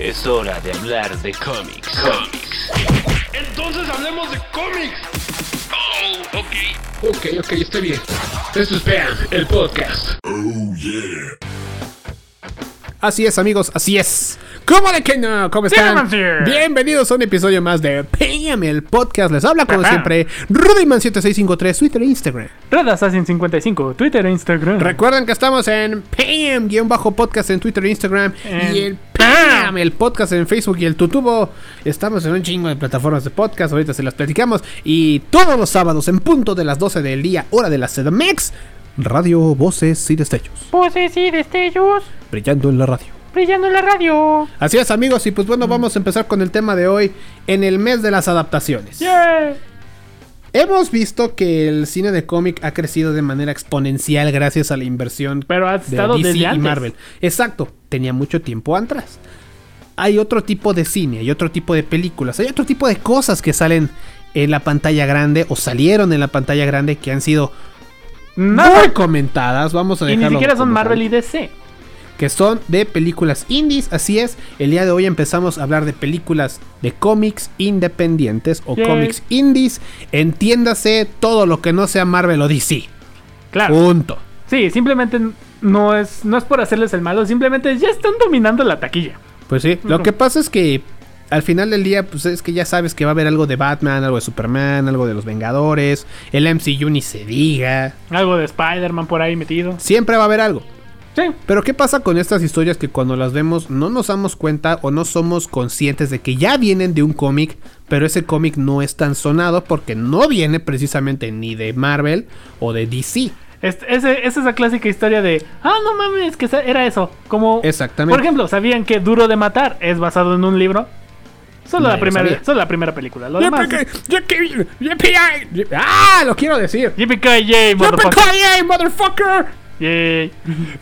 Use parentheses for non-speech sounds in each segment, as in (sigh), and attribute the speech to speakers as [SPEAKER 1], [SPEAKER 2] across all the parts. [SPEAKER 1] Es hora de hablar de cómics. Cómics.
[SPEAKER 2] Entonces hablemos de cómics.
[SPEAKER 1] Oh, ok.
[SPEAKER 2] Ok, ok, está bien. Esto es Bam, el podcast.
[SPEAKER 3] Así es, amigos, así es. ¿Cómo de que no? ¿Cómo están?
[SPEAKER 2] Díganse.
[SPEAKER 3] Bienvenidos a un episodio más de Pam, el podcast. Les habla, como siempre, Rudyman7653, Twitter e Instagram.
[SPEAKER 4] Red Assassin 55, Twitter e Instagram.
[SPEAKER 3] Recuerden que estamos en Pam-podcast en Twitter e Instagram.
[SPEAKER 4] En
[SPEAKER 3] y el Pam, el podcast en Facebook y el Tutubo. Estamos en un chingo de plataformas de podcast. Ahorita se las platicamos. Y todos los sábados, en punto de las 12 del día, hora de la CDMX, Radio Voces y Destellos.
[SPEAKER 4] Voces y destellos
[SPEAKER 3] Brillando en la radio.
[SPEAKER 4] brillando en la radio. Mm.
[SPEAKER 3] Así es amigos, y pues bueno, vamos a empezar con el tema de hoy en el mes de las adaptaciones.
[SPEAKER 4] Yeah.
[SPEAKER 3] Hemos visto que el cine de cómic ha crecido de manera exponencial gracias a la inversión
[SPEAKER 4] Pero ha estado desde
[SPEAKER 3] y
[SPEAKER 4] antes.
[SPEAKER 3] Marvel. Exacto, tenía mucho tiempo atrás. Hay otro tipo de cine, hay otro tipo de películas, hay otro tipo de cosas que salen en la pantalla grande o salieron en la pantalla grande que han sido
[SPEAKER 4] Nada.
[SPEAKER 3] muy comentadas. Vamos a
[SPEAKER 4] Y ni
[SPEAKER 3] dejarlo
[SPEAKER 4] siquiera son
[SPEAKER 3] como
[SPEAKER 4] Marvel y DC.
[SPEAKER 3] que son de películas indies. Así es, el día de hoy empezamos a hablar de películas de cómics independientes o
[SPEAKER 4] Yay.
[SPEAKER 3] cómics indies. Entiéndase todo lo que no sea Marvel o DC.
[SPEAKER 4] Claro.
[SPEAKER 3] Punto.
[SPEAKER 4] Sí, simplemente no es, no es por hacerles el malo, simplemente ya están dominando la taquilla.
[SPEAKER 3] Pues sí, lo
[SPEAKER 4] Ujú.
[SPEAKER 3] que pasa es que al final del día, pues es que ya sabes que va a haber algo de Batman, algo de Superman, algo de los Vengadores, el MCU ni se diga.
[SPEAKER 4] Algo de Spider-Man por ahí metido.
[SPEAKER 3] Siempre va a haber algo.
[SPEAKER 4] Sí.
[SPEAKER 3] Pero ¿qué pasa con estas historias que cuando las vemos no nos damos cuenta o no somos conscientes de que ya vienen de un cómic, pero ese cómic no es tan sonado porque no viene precisamente ni de Marvel o de DC?
[SPEAKER 4] Es, ese- esa es la clásica historia de, ah, no mames, que esa- era eso. Como,
[SPEAKER 3] Exactamente.
[SPEAKER 4] Por ejemplo, ¿sabían que Duro de Matar es basado en un libro? Solo,
[SPEAKER 3] Nadie
[SPEAKER 4] la primera,
[SPEAKER 3] sabía.
[SPEAKER 4] solo la primera película. Lo demás.
[SPEAKER 3] ¡Ah! Lo quiero decir.
[SPEAKER 4] Yippee-ki-yay, motherfucker.
[SPEAKER 3] ¡Yippee-ki-yay, motherfucker!
[SPEAKER 4] Yay.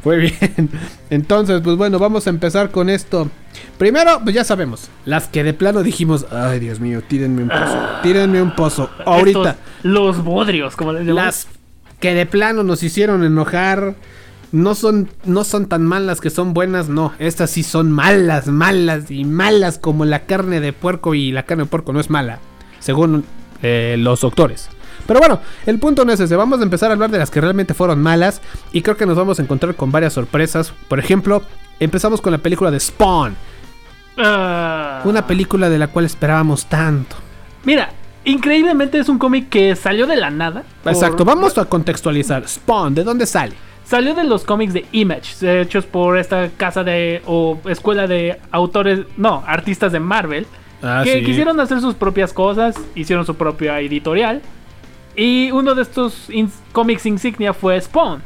[SPEAKER 3] Muy bien. Entonces, pues bueno, vamos a empezar con esto. Primero, pues ya sabemos, las que de plano dijimos, ay Dios mío, tírenme un pozo, tírenme un pozo, ahorita.
[SPEAKER 4] Estos, los bodrios, como les llamamos.
[SPEAKER 3] Las que de plano nos hicieron enojar. No son, no son tan malas que son buenas, no. Estas sí son malas, malas y malas como la carne de puerco y la carne de puerco no es mala, según eh, los doctores. Pero bueno, el punto no es ese. Vamos a empezar a hablar de las que realmente fueron malas y creo que nos vamos a encontrar con varias sorpresas. Por ejemplo, empezamos con la película de Spawn,
[SPEAKER 4] Ah.
[SPEAKER 3] una película de la cual esperábamos tanto.
[SPEAKER 4] Mira, increíblemente es un cómic que salió de la nada. Por-
[SPEAKER 3] Exacto, vamos a contextualizar. Spawn, ¿de dónde sale?
[SPEAKER 4] Salió de los cómics de Image, eh, hechos por esta casa de. o escuela de autores. no, artistas de Marvel.
[SPEAKER 3] Ah,
[SPEAKER 4] que
[SPEAKER 3] sí.
[SPEAKER 4] quisieron hacer sus propias cosas, hicieron su propia editorial. Y uno de estos in- cómics insignia fue Spawn.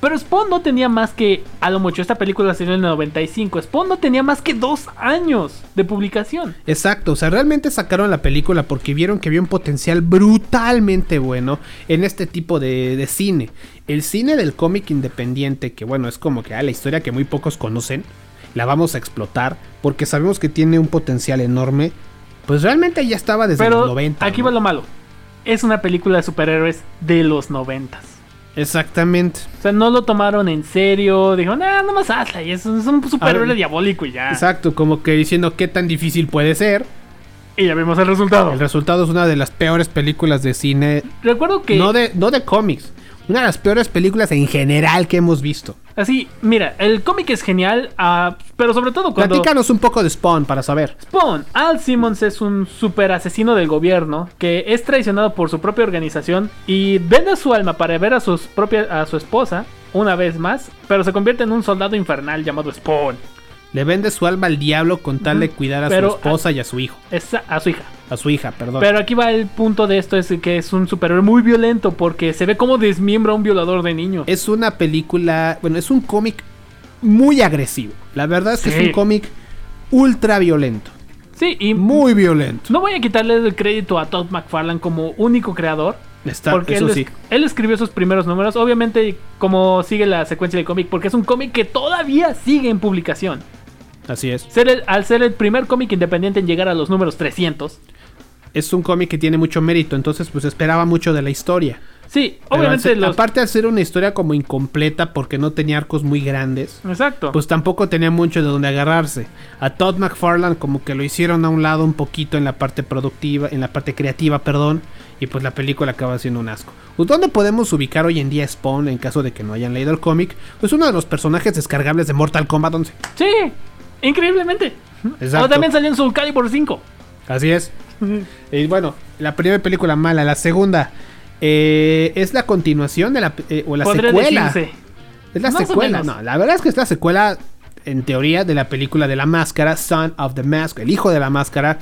[SPEAKER 4] Pero Spawn no tenía más que. A lo mucho, esta película salió en el 95. Spawn no tenía más que dos años de publicación.
[SPEAKER 3] Exacto, o sea, realmente sacaron la película porque vieron que había un potencial brutalmente bueno en este tipo de, de cine. El cine del cómic independiente, que bueno, es como que ah, la historia que muy pocos conocen, la vamos a explotar porque sabemos que tiene un potencial enorme. Pues realmente ya estaba desde
[SPEAKER 4] Pero
[SPEAKER 3] los 90.
[SPEAKER 4] aquí
[SPEAKER 3] ¿no?
[SPEAKER 4] va lo malo. Es una película de superhéroes de los noventas.
[SPEAKER 3] Exactamente.
[SPEAKER 4] O sea, no lo tomaron en serio. Dijeron, ah, nomás hazla. Y es un, es un superhéroe
[SPEAKER 3] ver.
[SPEAKER 4] diabólico y ya.
[SPEAKER 3] Exacto, como que diciendo qué tan difícil puede ser.
[SPEAKER 4] Y ya vimos el resultado.
[SPEAKER 3] El resultado es una de las peores películas de cine
[SPEAKER 4] Recuerdo que...
[SPEAKER 3] No de, no de cómics, Una de las peores películas en general que hemos visto.
[SPEAKER 4] Así, mira, el cómic es genial, ah, pero sobre todo cuando...
[SPEAKER 3] Platícanos un poco de Spawn para saber.
[SPEAKER 4] Spawn, Al Simmons es un super asesino del gobierno que es traicionado por su propia organización y vende su alma para ver a, sus propias, a su esposa una vez más, pero se convierte en un soldado infernal llamado Spawn,
[SPEAKER 3] Le vende su alma al diablo con tal de cuidar a
[SPEAKER 4] Pero-
[SPEAKER 3] su esposa y a su hijo.
[SPEAKER 4] es a- a su hija.
[SPEAKER 3] A su hija, perdón.
[SPEAKER 4] Pero aquí va el punto de esto, es que es un superhéroe muy violento porque se ve como desmiembra a un violador de niños.
[SPEAKER 3] Es una película, bueno, es un cómic muy agresivo. La verdad es que
[SPEAKER 4] Sí.
[SPEAKER 3] es un cómic ultra violento.
[SPEAKER 4] Sí, y
[SPEAKER 3] Muy violento.
[SPEAKER 4] no voy a quitarle el crédito a Todd McFarlane como único creador.
[SPEAKER 3] Está,
[SPEAKER 4] porque
[SPEAKER 3] eso
[SPEAKER 4] él, es-
[SPEAKER 3] sí.
[SPEAKER 4] él escribió sus primeros números, obviamente como sigue la secuencia del cómic, porque es un cómic que todavía sigue en publicación.
[SPEAKER 3] Así es.
[SPEAKER 4] Ser el- al ser el primer cómic independiente en llegar a los números 300.
[SPEAKER 3] Es un cómic que tiene mucho mérito, entonces pues esperaba mucho de la historia.
[SPEAKER 4] Sí,
[SPEAKER 3] Pero
[SPEAKER 4] obviamente
[SPEAKER 3] al ser-
[SPEAKER 4] los...
[SPEAKER 3] Aparte de ser una historia como incompleta porque no tenía arcos muy grandes,
[SPEAKER 4] Exacto.
[SPEAKER 3] pues tampoco tenía mucho de donde agarrarse. A Todd McFarlane como que lo hicieron a un lado un poquito en la parte productiva, en la parte creativa, perdón, y pues la película acaba siendo un asco. Pues, ¿Dónde podemos ubicar hoy en día a Spawn en caso de que no hayan leído el cómic? Pues uno de los personajes descargables de Mortal Kombat 11.
[SPEAKER 4] sí, increíblemente.
[SPEAKER 3] Exacto.
[SPEAKER 4] O también salió en Soul Calibur 5.
[SPEAKER 3] Así es. y bueno, la primera película mala, la segunda eh, es la continuación de la eh, o la
[SPEAKER 4] Podría
[SPEAKER 3] secuela.
[SPEAKER 4] decirse.
[SPEAKER 3] Es la
[SPEAKER 4] Más o
[SPEAKER 3] secuela.
[SPEAKER 4] menos.
[SPEAKER 3] No, la verdad es que es la secuela, en teoría, de la película de la máscara, Son of the Mask, el hijo de la máscara.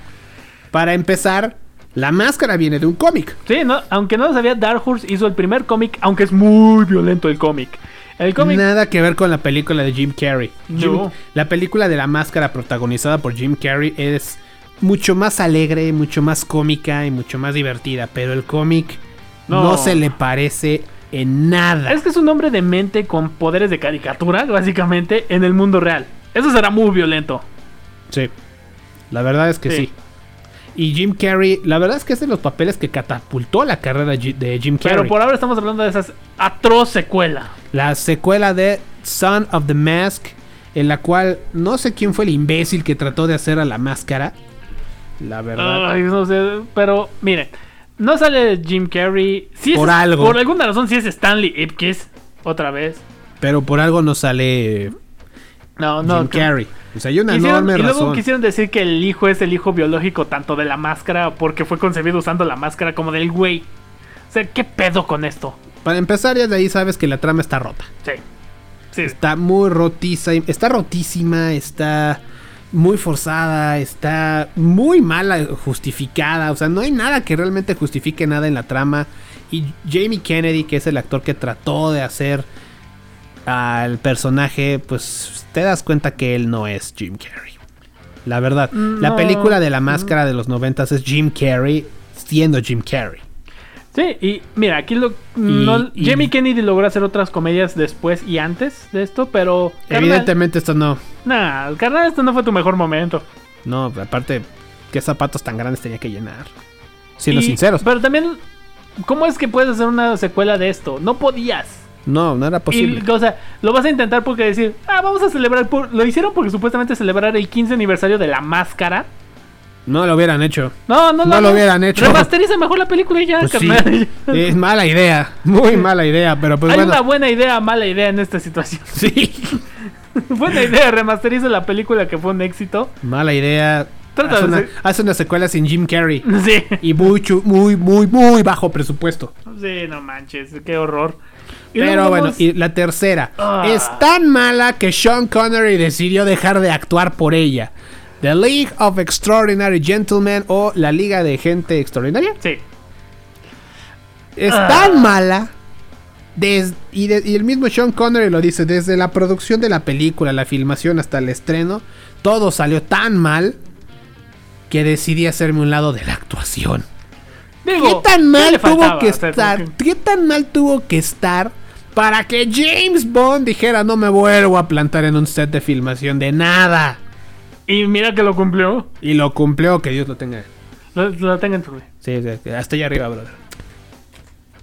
[SPEAKER 3] Para empezar, la máscara viene de un cómic.
[SPEAKER 4] Sí, no, aunque no lo sabía, Dark Horse hizo el primer cómic, aunque es muy violento el cómic. El cómic...
[SPEAKER 3] Nada que ver con la película de Jim Carrey. Jim-
[SPEAKER 4] No.
[SPEAKER 3] La película de la máscara protagonizada por Jim Carrey es mucho más alegre, mucho más cómica y mucho más divertida. Pero el cómic no.
[SPEAKER 4] No.
[SPEAKER 3] se le parece en nada.
[SPEAKER 4] Es que es un hombre de mente con poderes de caricatura, básicamente, en el mundo real. Eso será muy violento.
[SPEAKER 3] Sí. La verdad es que
[SPEAKER 4] Sí.
[SPEAKER 3] sí. Y Jim Carrey, la verdad es que es de los papeles que catapultó la carrera Ji- de Jim Carrey.
[SPEAKER 4] Pero por ahora estamos hablando de esas atroz secuela.
[SPEAKER 3] La secuela de Son of the Mask, en la cual no sé quién fue el imbécil que trató de hacer a la máscara. La verdad.
[SPEAKER 4] Ay, no sé, pero miren, no sale Jim Carrey. Sí es-
[SPEAKER 3] Por algo.
[SPEAKER 4] Por alguna razón, si es Stanley Ipkiss, otra vez.
[SPEAKER 3] Pero por algo no sale eh,
[SPEAKER 4] No,
[SPEAKER 3] Jim
[SPEAKER 4] no. que-
[SPEAKER 3] Carrey. O sea, hay una
[SPEAKER 4] Quisieron-
[SPEAKER 3] enorme
[SPEAKER 4] y luego
[SPEAKER 3] razón.
[SPEAKER 4] quisieron decir que el hijo es el hijo biológico tanto de la máscara, porque fue concebido usando la máscara como del güey. O sea, ¿qué pedo con esto?
[SPEAKER 3] Para empezar, ya de ahí sabes que la trama está rota.
[SPEAKER 4] Sí. Sí.
[SPEAKER 3] Está muy rotiza, está rotísima, está muy forzada, está muy mala justificada, o sea, no hay nada que realmente justifique nada en la trama. Y Jamie Kennedy, que es el actor que trató de hacer al personaje, pues te das cuenta que él no es Jim Carrey. La verdad, la
[SPEAKER 4] Mm, No.
[SPEAKER 3] película de la máscara de los noventas es Jim Carrey siendo Jim Carrey.
[SPEAKER 4] Sí, y mira, aquí lo. no-
[SPEAKER 3] y-
[SPEAKER 4] Jamie Kennedy logró hacer otras comedias después y antes de esto, pero. carnal,
[SPEAKER 3] Evidentemente esto no,
[SPEAKER 4] Nah, carnal, este no fue tu mejor momento.
[SPEAKER 3] no, aparte, qué zapatos tan grandes tenía que llenar. Siendo
[SPEAKER 4] Y-
[SPEAKER 3] sinceros.
[SPEAKER 4] Pero también, ¿cómo es que puedes hacer una secuela de esto? No podías.
[SPEAKER 3] No, no era posible.
[SPEAKER 4] Y, o sea, lo vas a intentar porque decir, ah, vamos a celebrar. por- Lo hicieron porque supuestamente celebrar el 15 aniversario de la máscara.
[SPEAKER 3] No lo hubieran hecho.
[SPEAKER 4] No, no,
[SPEAKER 3] No lo hubieran hecho.
[SPEAKER 4] Remasteriza mejor la película y ya,
[SPEAKER 3] Pues sí,
[SPEAKER 4] (laughs) carnal.
[SPEAKER 3] es mala idea.
[SPEAKER 4] (laughs)
[SPEAKER 3] Muy mala idea, pero pues
[SPEAKER 4] Hay
[SPEAKER 3] bueno.
[SPEAKER 4] una buena idea, mala idea en esta situación.
[SPEAKER 3] (laughs)
[SPEAKER 4] (laughs)
[SPEAKER 3] Sí.
[SPEAKER 4] buena idea, remasteriza la película que fue un éxito. (laughs)
[SPEAKER 3] Mala idea.
[SPEAKER 4] Trata
[SPEAKER 3] Hace
[SPEAKER 4] de
[SPEAKER 3] una,
[SPEAKER 4] ser-
[SPEAKER 3] hace una secuela sin Jim Carrey.
[SPEAKER 4] Sí.
[SPEAKER 3] Y mucho, muy, muy, muy bajo presupuesto.
[SPEAKER 4] Sí, no manches, qué horror. Y
[SPEAKER 3] Pero
[SPEAKER 4] luego
[SPEAKER 3] bueno,
[SPEAKER 4] vemos-
[SPEAKER 3] y la tercera.
[SPEAKER 4] Ah.
[SPEAKER 3] Es tan mala que Sean Connery decidió dejar de actuar por ella. The League of Extraordinary Gentlemen o La Liga de Gente Extraordinaria.
[SPEAKER 4] Sí.
[SPEAKER 3] Es
[SPEAKER 4] Ah.
[SPEAKER 3] tan mala. des- y, de- y el mismo Sean Connery lo dice: desde la producción de la película, la filmación hasta el estreno, todo salió tan mal que decidí hacerme un lado de la actuación. ¿Qué
[SPEAKER 4] Digo,
[SPEAKER 3] tan
[SPEAKER 4] ¿qué le
[SPEAKER 3] mal tuvo
[SPEAKER 4] faltaba?
[SPEAKER 3] que
[SPEAKER 4] O sea,
[SPEAKER 3] estar?
[SPEAKER 4] como que-
[SPEAKER 3] ¿Qué tan mal tuvo que estar para que James Bond dijera: No me vuelvo a plantar en un set de filmación de nada?
[SPEAKER 4] Y mira que lo cumplió.
[SPEAKER 3] Y lo cumplió, que Dios lo tenga.
[SPEAKER 4] Lo, lo tengan su-
[SPEAKER 3] Sí, sí, hasta allá arriba, brother.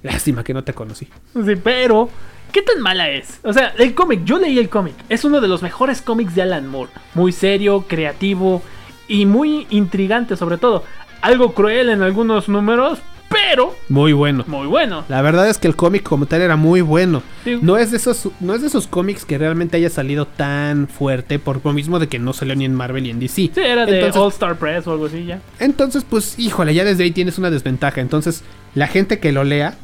[SPEAKER 3] Lástima que no te conocí.
[SPEAKER 4] Sí, pero ¿qué tan mala es? O sea, el cómic, yo leí el cómic. Es uno de los mejores cómics de Alan Moore. Muy serio, creativo y muy intrigante sobre todo. Algo cruel en algunos números, pero
[SPEAKER 3] Muy bueno.
[SPEAKER 4] muy bueno.
[SPEAKER 3] La verdad es que el cómic como tal era muy bueno.
[SPEAKER 4] Sí.
[SPEAKER 3] No es de esos, no es de esos cómics que realmente haya salido tan fuerte por lo mismo de que no salió ni en Marvel ni en DC.
[SPEAKER 4] Sí, era de
[SPEAKER 3] Entonces-
[SPEAKER 4] All Star Press o algo así ya.
[SPEAKER 3] Entonces, pues, híjole, ya desde ahí tienes una desventaja. Entonces, la gente que lo lea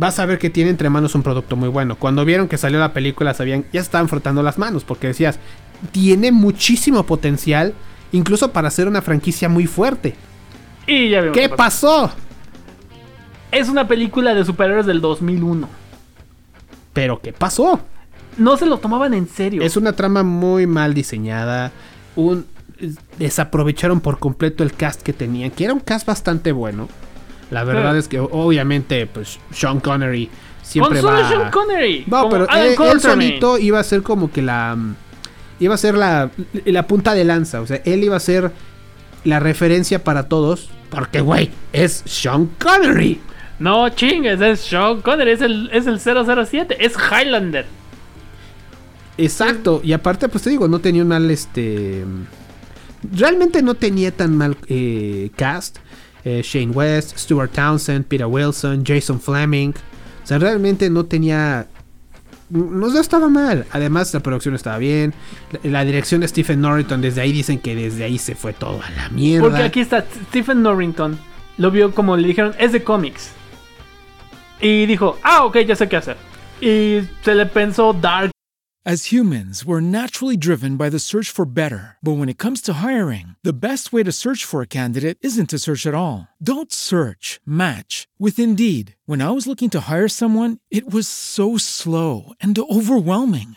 [SPEAKER 3] va a saber que tiene entre manos un producto muy bueno. Cuando vieron que salió la película, sabían, ya estaban frotando las manos porque decías, tiene muchísimo potencial, incluso para ser una franquicia muy fuerte.
[SPEAKER 4] Y ya vimos
[SPEAKER 3] ¿Qué
[SPEAKER 4] pasó.
[SPEAKER 3] pasó?
[SPEAKER 4] Es una película de superhéroes del 2001.
[SPEAKER 3] Pero ¿qué pasó?
[SPEAKER 4] No se lo tomaban en serio.
[SPEAKER 3] Es una trama muy mal diseñada. Un desaprovecharon por completo el cast que tenían, que era un cast bastante bueno. La verdad
[SPEAKER 4] Sí.
[SPEAKER 3] es que obviamente pues Sean Connery
[SPEAKER 4] Con
[SPEAKER 3] siempre
[SPEAKER 4] solo
[SPEAKER 3] va
[SPEAKER 4] Sean Connery.
[SPEAKER 3] No,
[SPEAKER 4] como
[SPEAKER 3] pero eh,
[SPEAKER 4] Alan
[SPEAKER 3] él, él
[SPEAKER 4] Quartermain.
[SPEAKER 3] solito iba a ser como que la mm, iba a ser la la punta de lanza, o sea, él iba a ser la referencia para todos, porque güey, es Sean Connery.
[SPEAKER 4] No chingues, es Sean Connery, es el, es el 007, es Highlander.
[SPEAKER 3] Exacto, y aparte, pues te digo, no tenía un mal, este... Realmente no tenía tan mal eh, cast. Eh, Shane West, Stuart Townsend, Peter Wilson, Jason Fleming. O sea, realmente no tenía... No no estaba mal. Además, la producción estaba bien. La, la dirección de Stephen Norrington, desde ahí dicen que desde ahí se fue todo a la mierda.
[SPEAKER 4] Porque aquí está Stephen Norrington. Lo vio como le dijeron, es de cómics. Y dijo, ah, ok, ya sé qué hacer. Y se le pensó Dark
[SPEAKER 5] As humans, we're naturally driven by the search for better. But when it comes to hiring, the best way to search for a candidate isn't to search at all. Don't search, match with Indeed. When I was looking to hire someone, it was so slow and overwhelming.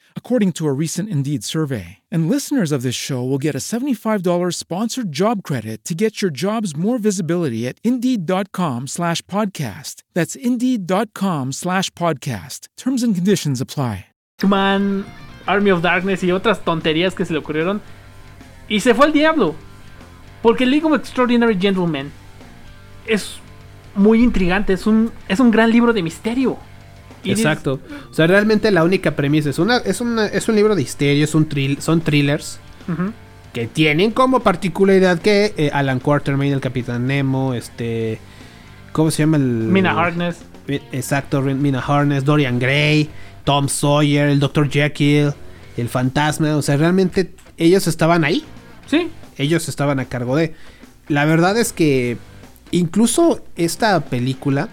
[SPEAKER 5] according to a recent Indeed survey. And listeners of this show will get a $75 sponsored job credit to get your jobs more visibility at Indeed.com slash podcast. That's Indeed.com slash podcast. Terms and conditions apply.
[SPEAKER 4] Man, Army of Darkness y otras tonterías que se le ocurrieron. Y se fue al diablo. Porque League of Extraordinary Gentlemen es muy intrigante. Es un, es un gran libro de misterio. Y dices,
[SPEAKER 3] Exacto. O sea, realmente la única premisa es una, es una, es un libro de histerio, es un thrill- son thrillers
[SPEAKER 4] Ujú.
[SPEAKER 3] que tienen como particularidad que eh, Alan Quartermain, el Capitán Nemo, este, ¿cómo se llama el?
[SPEAKER 4] Mina Harkness.
[SPEAKER 3] Eh, Exacto, Re- Mina Harness, Dorian Gray, Tom Sawyer, el Dr. Jekyll, el Fantasma. O sea, realmente ellos estaban ahí
[SPEAKER 4] Sí,
[SPEAKER 3] ellos estaban a cargo de. La verdad es que incluso esta película,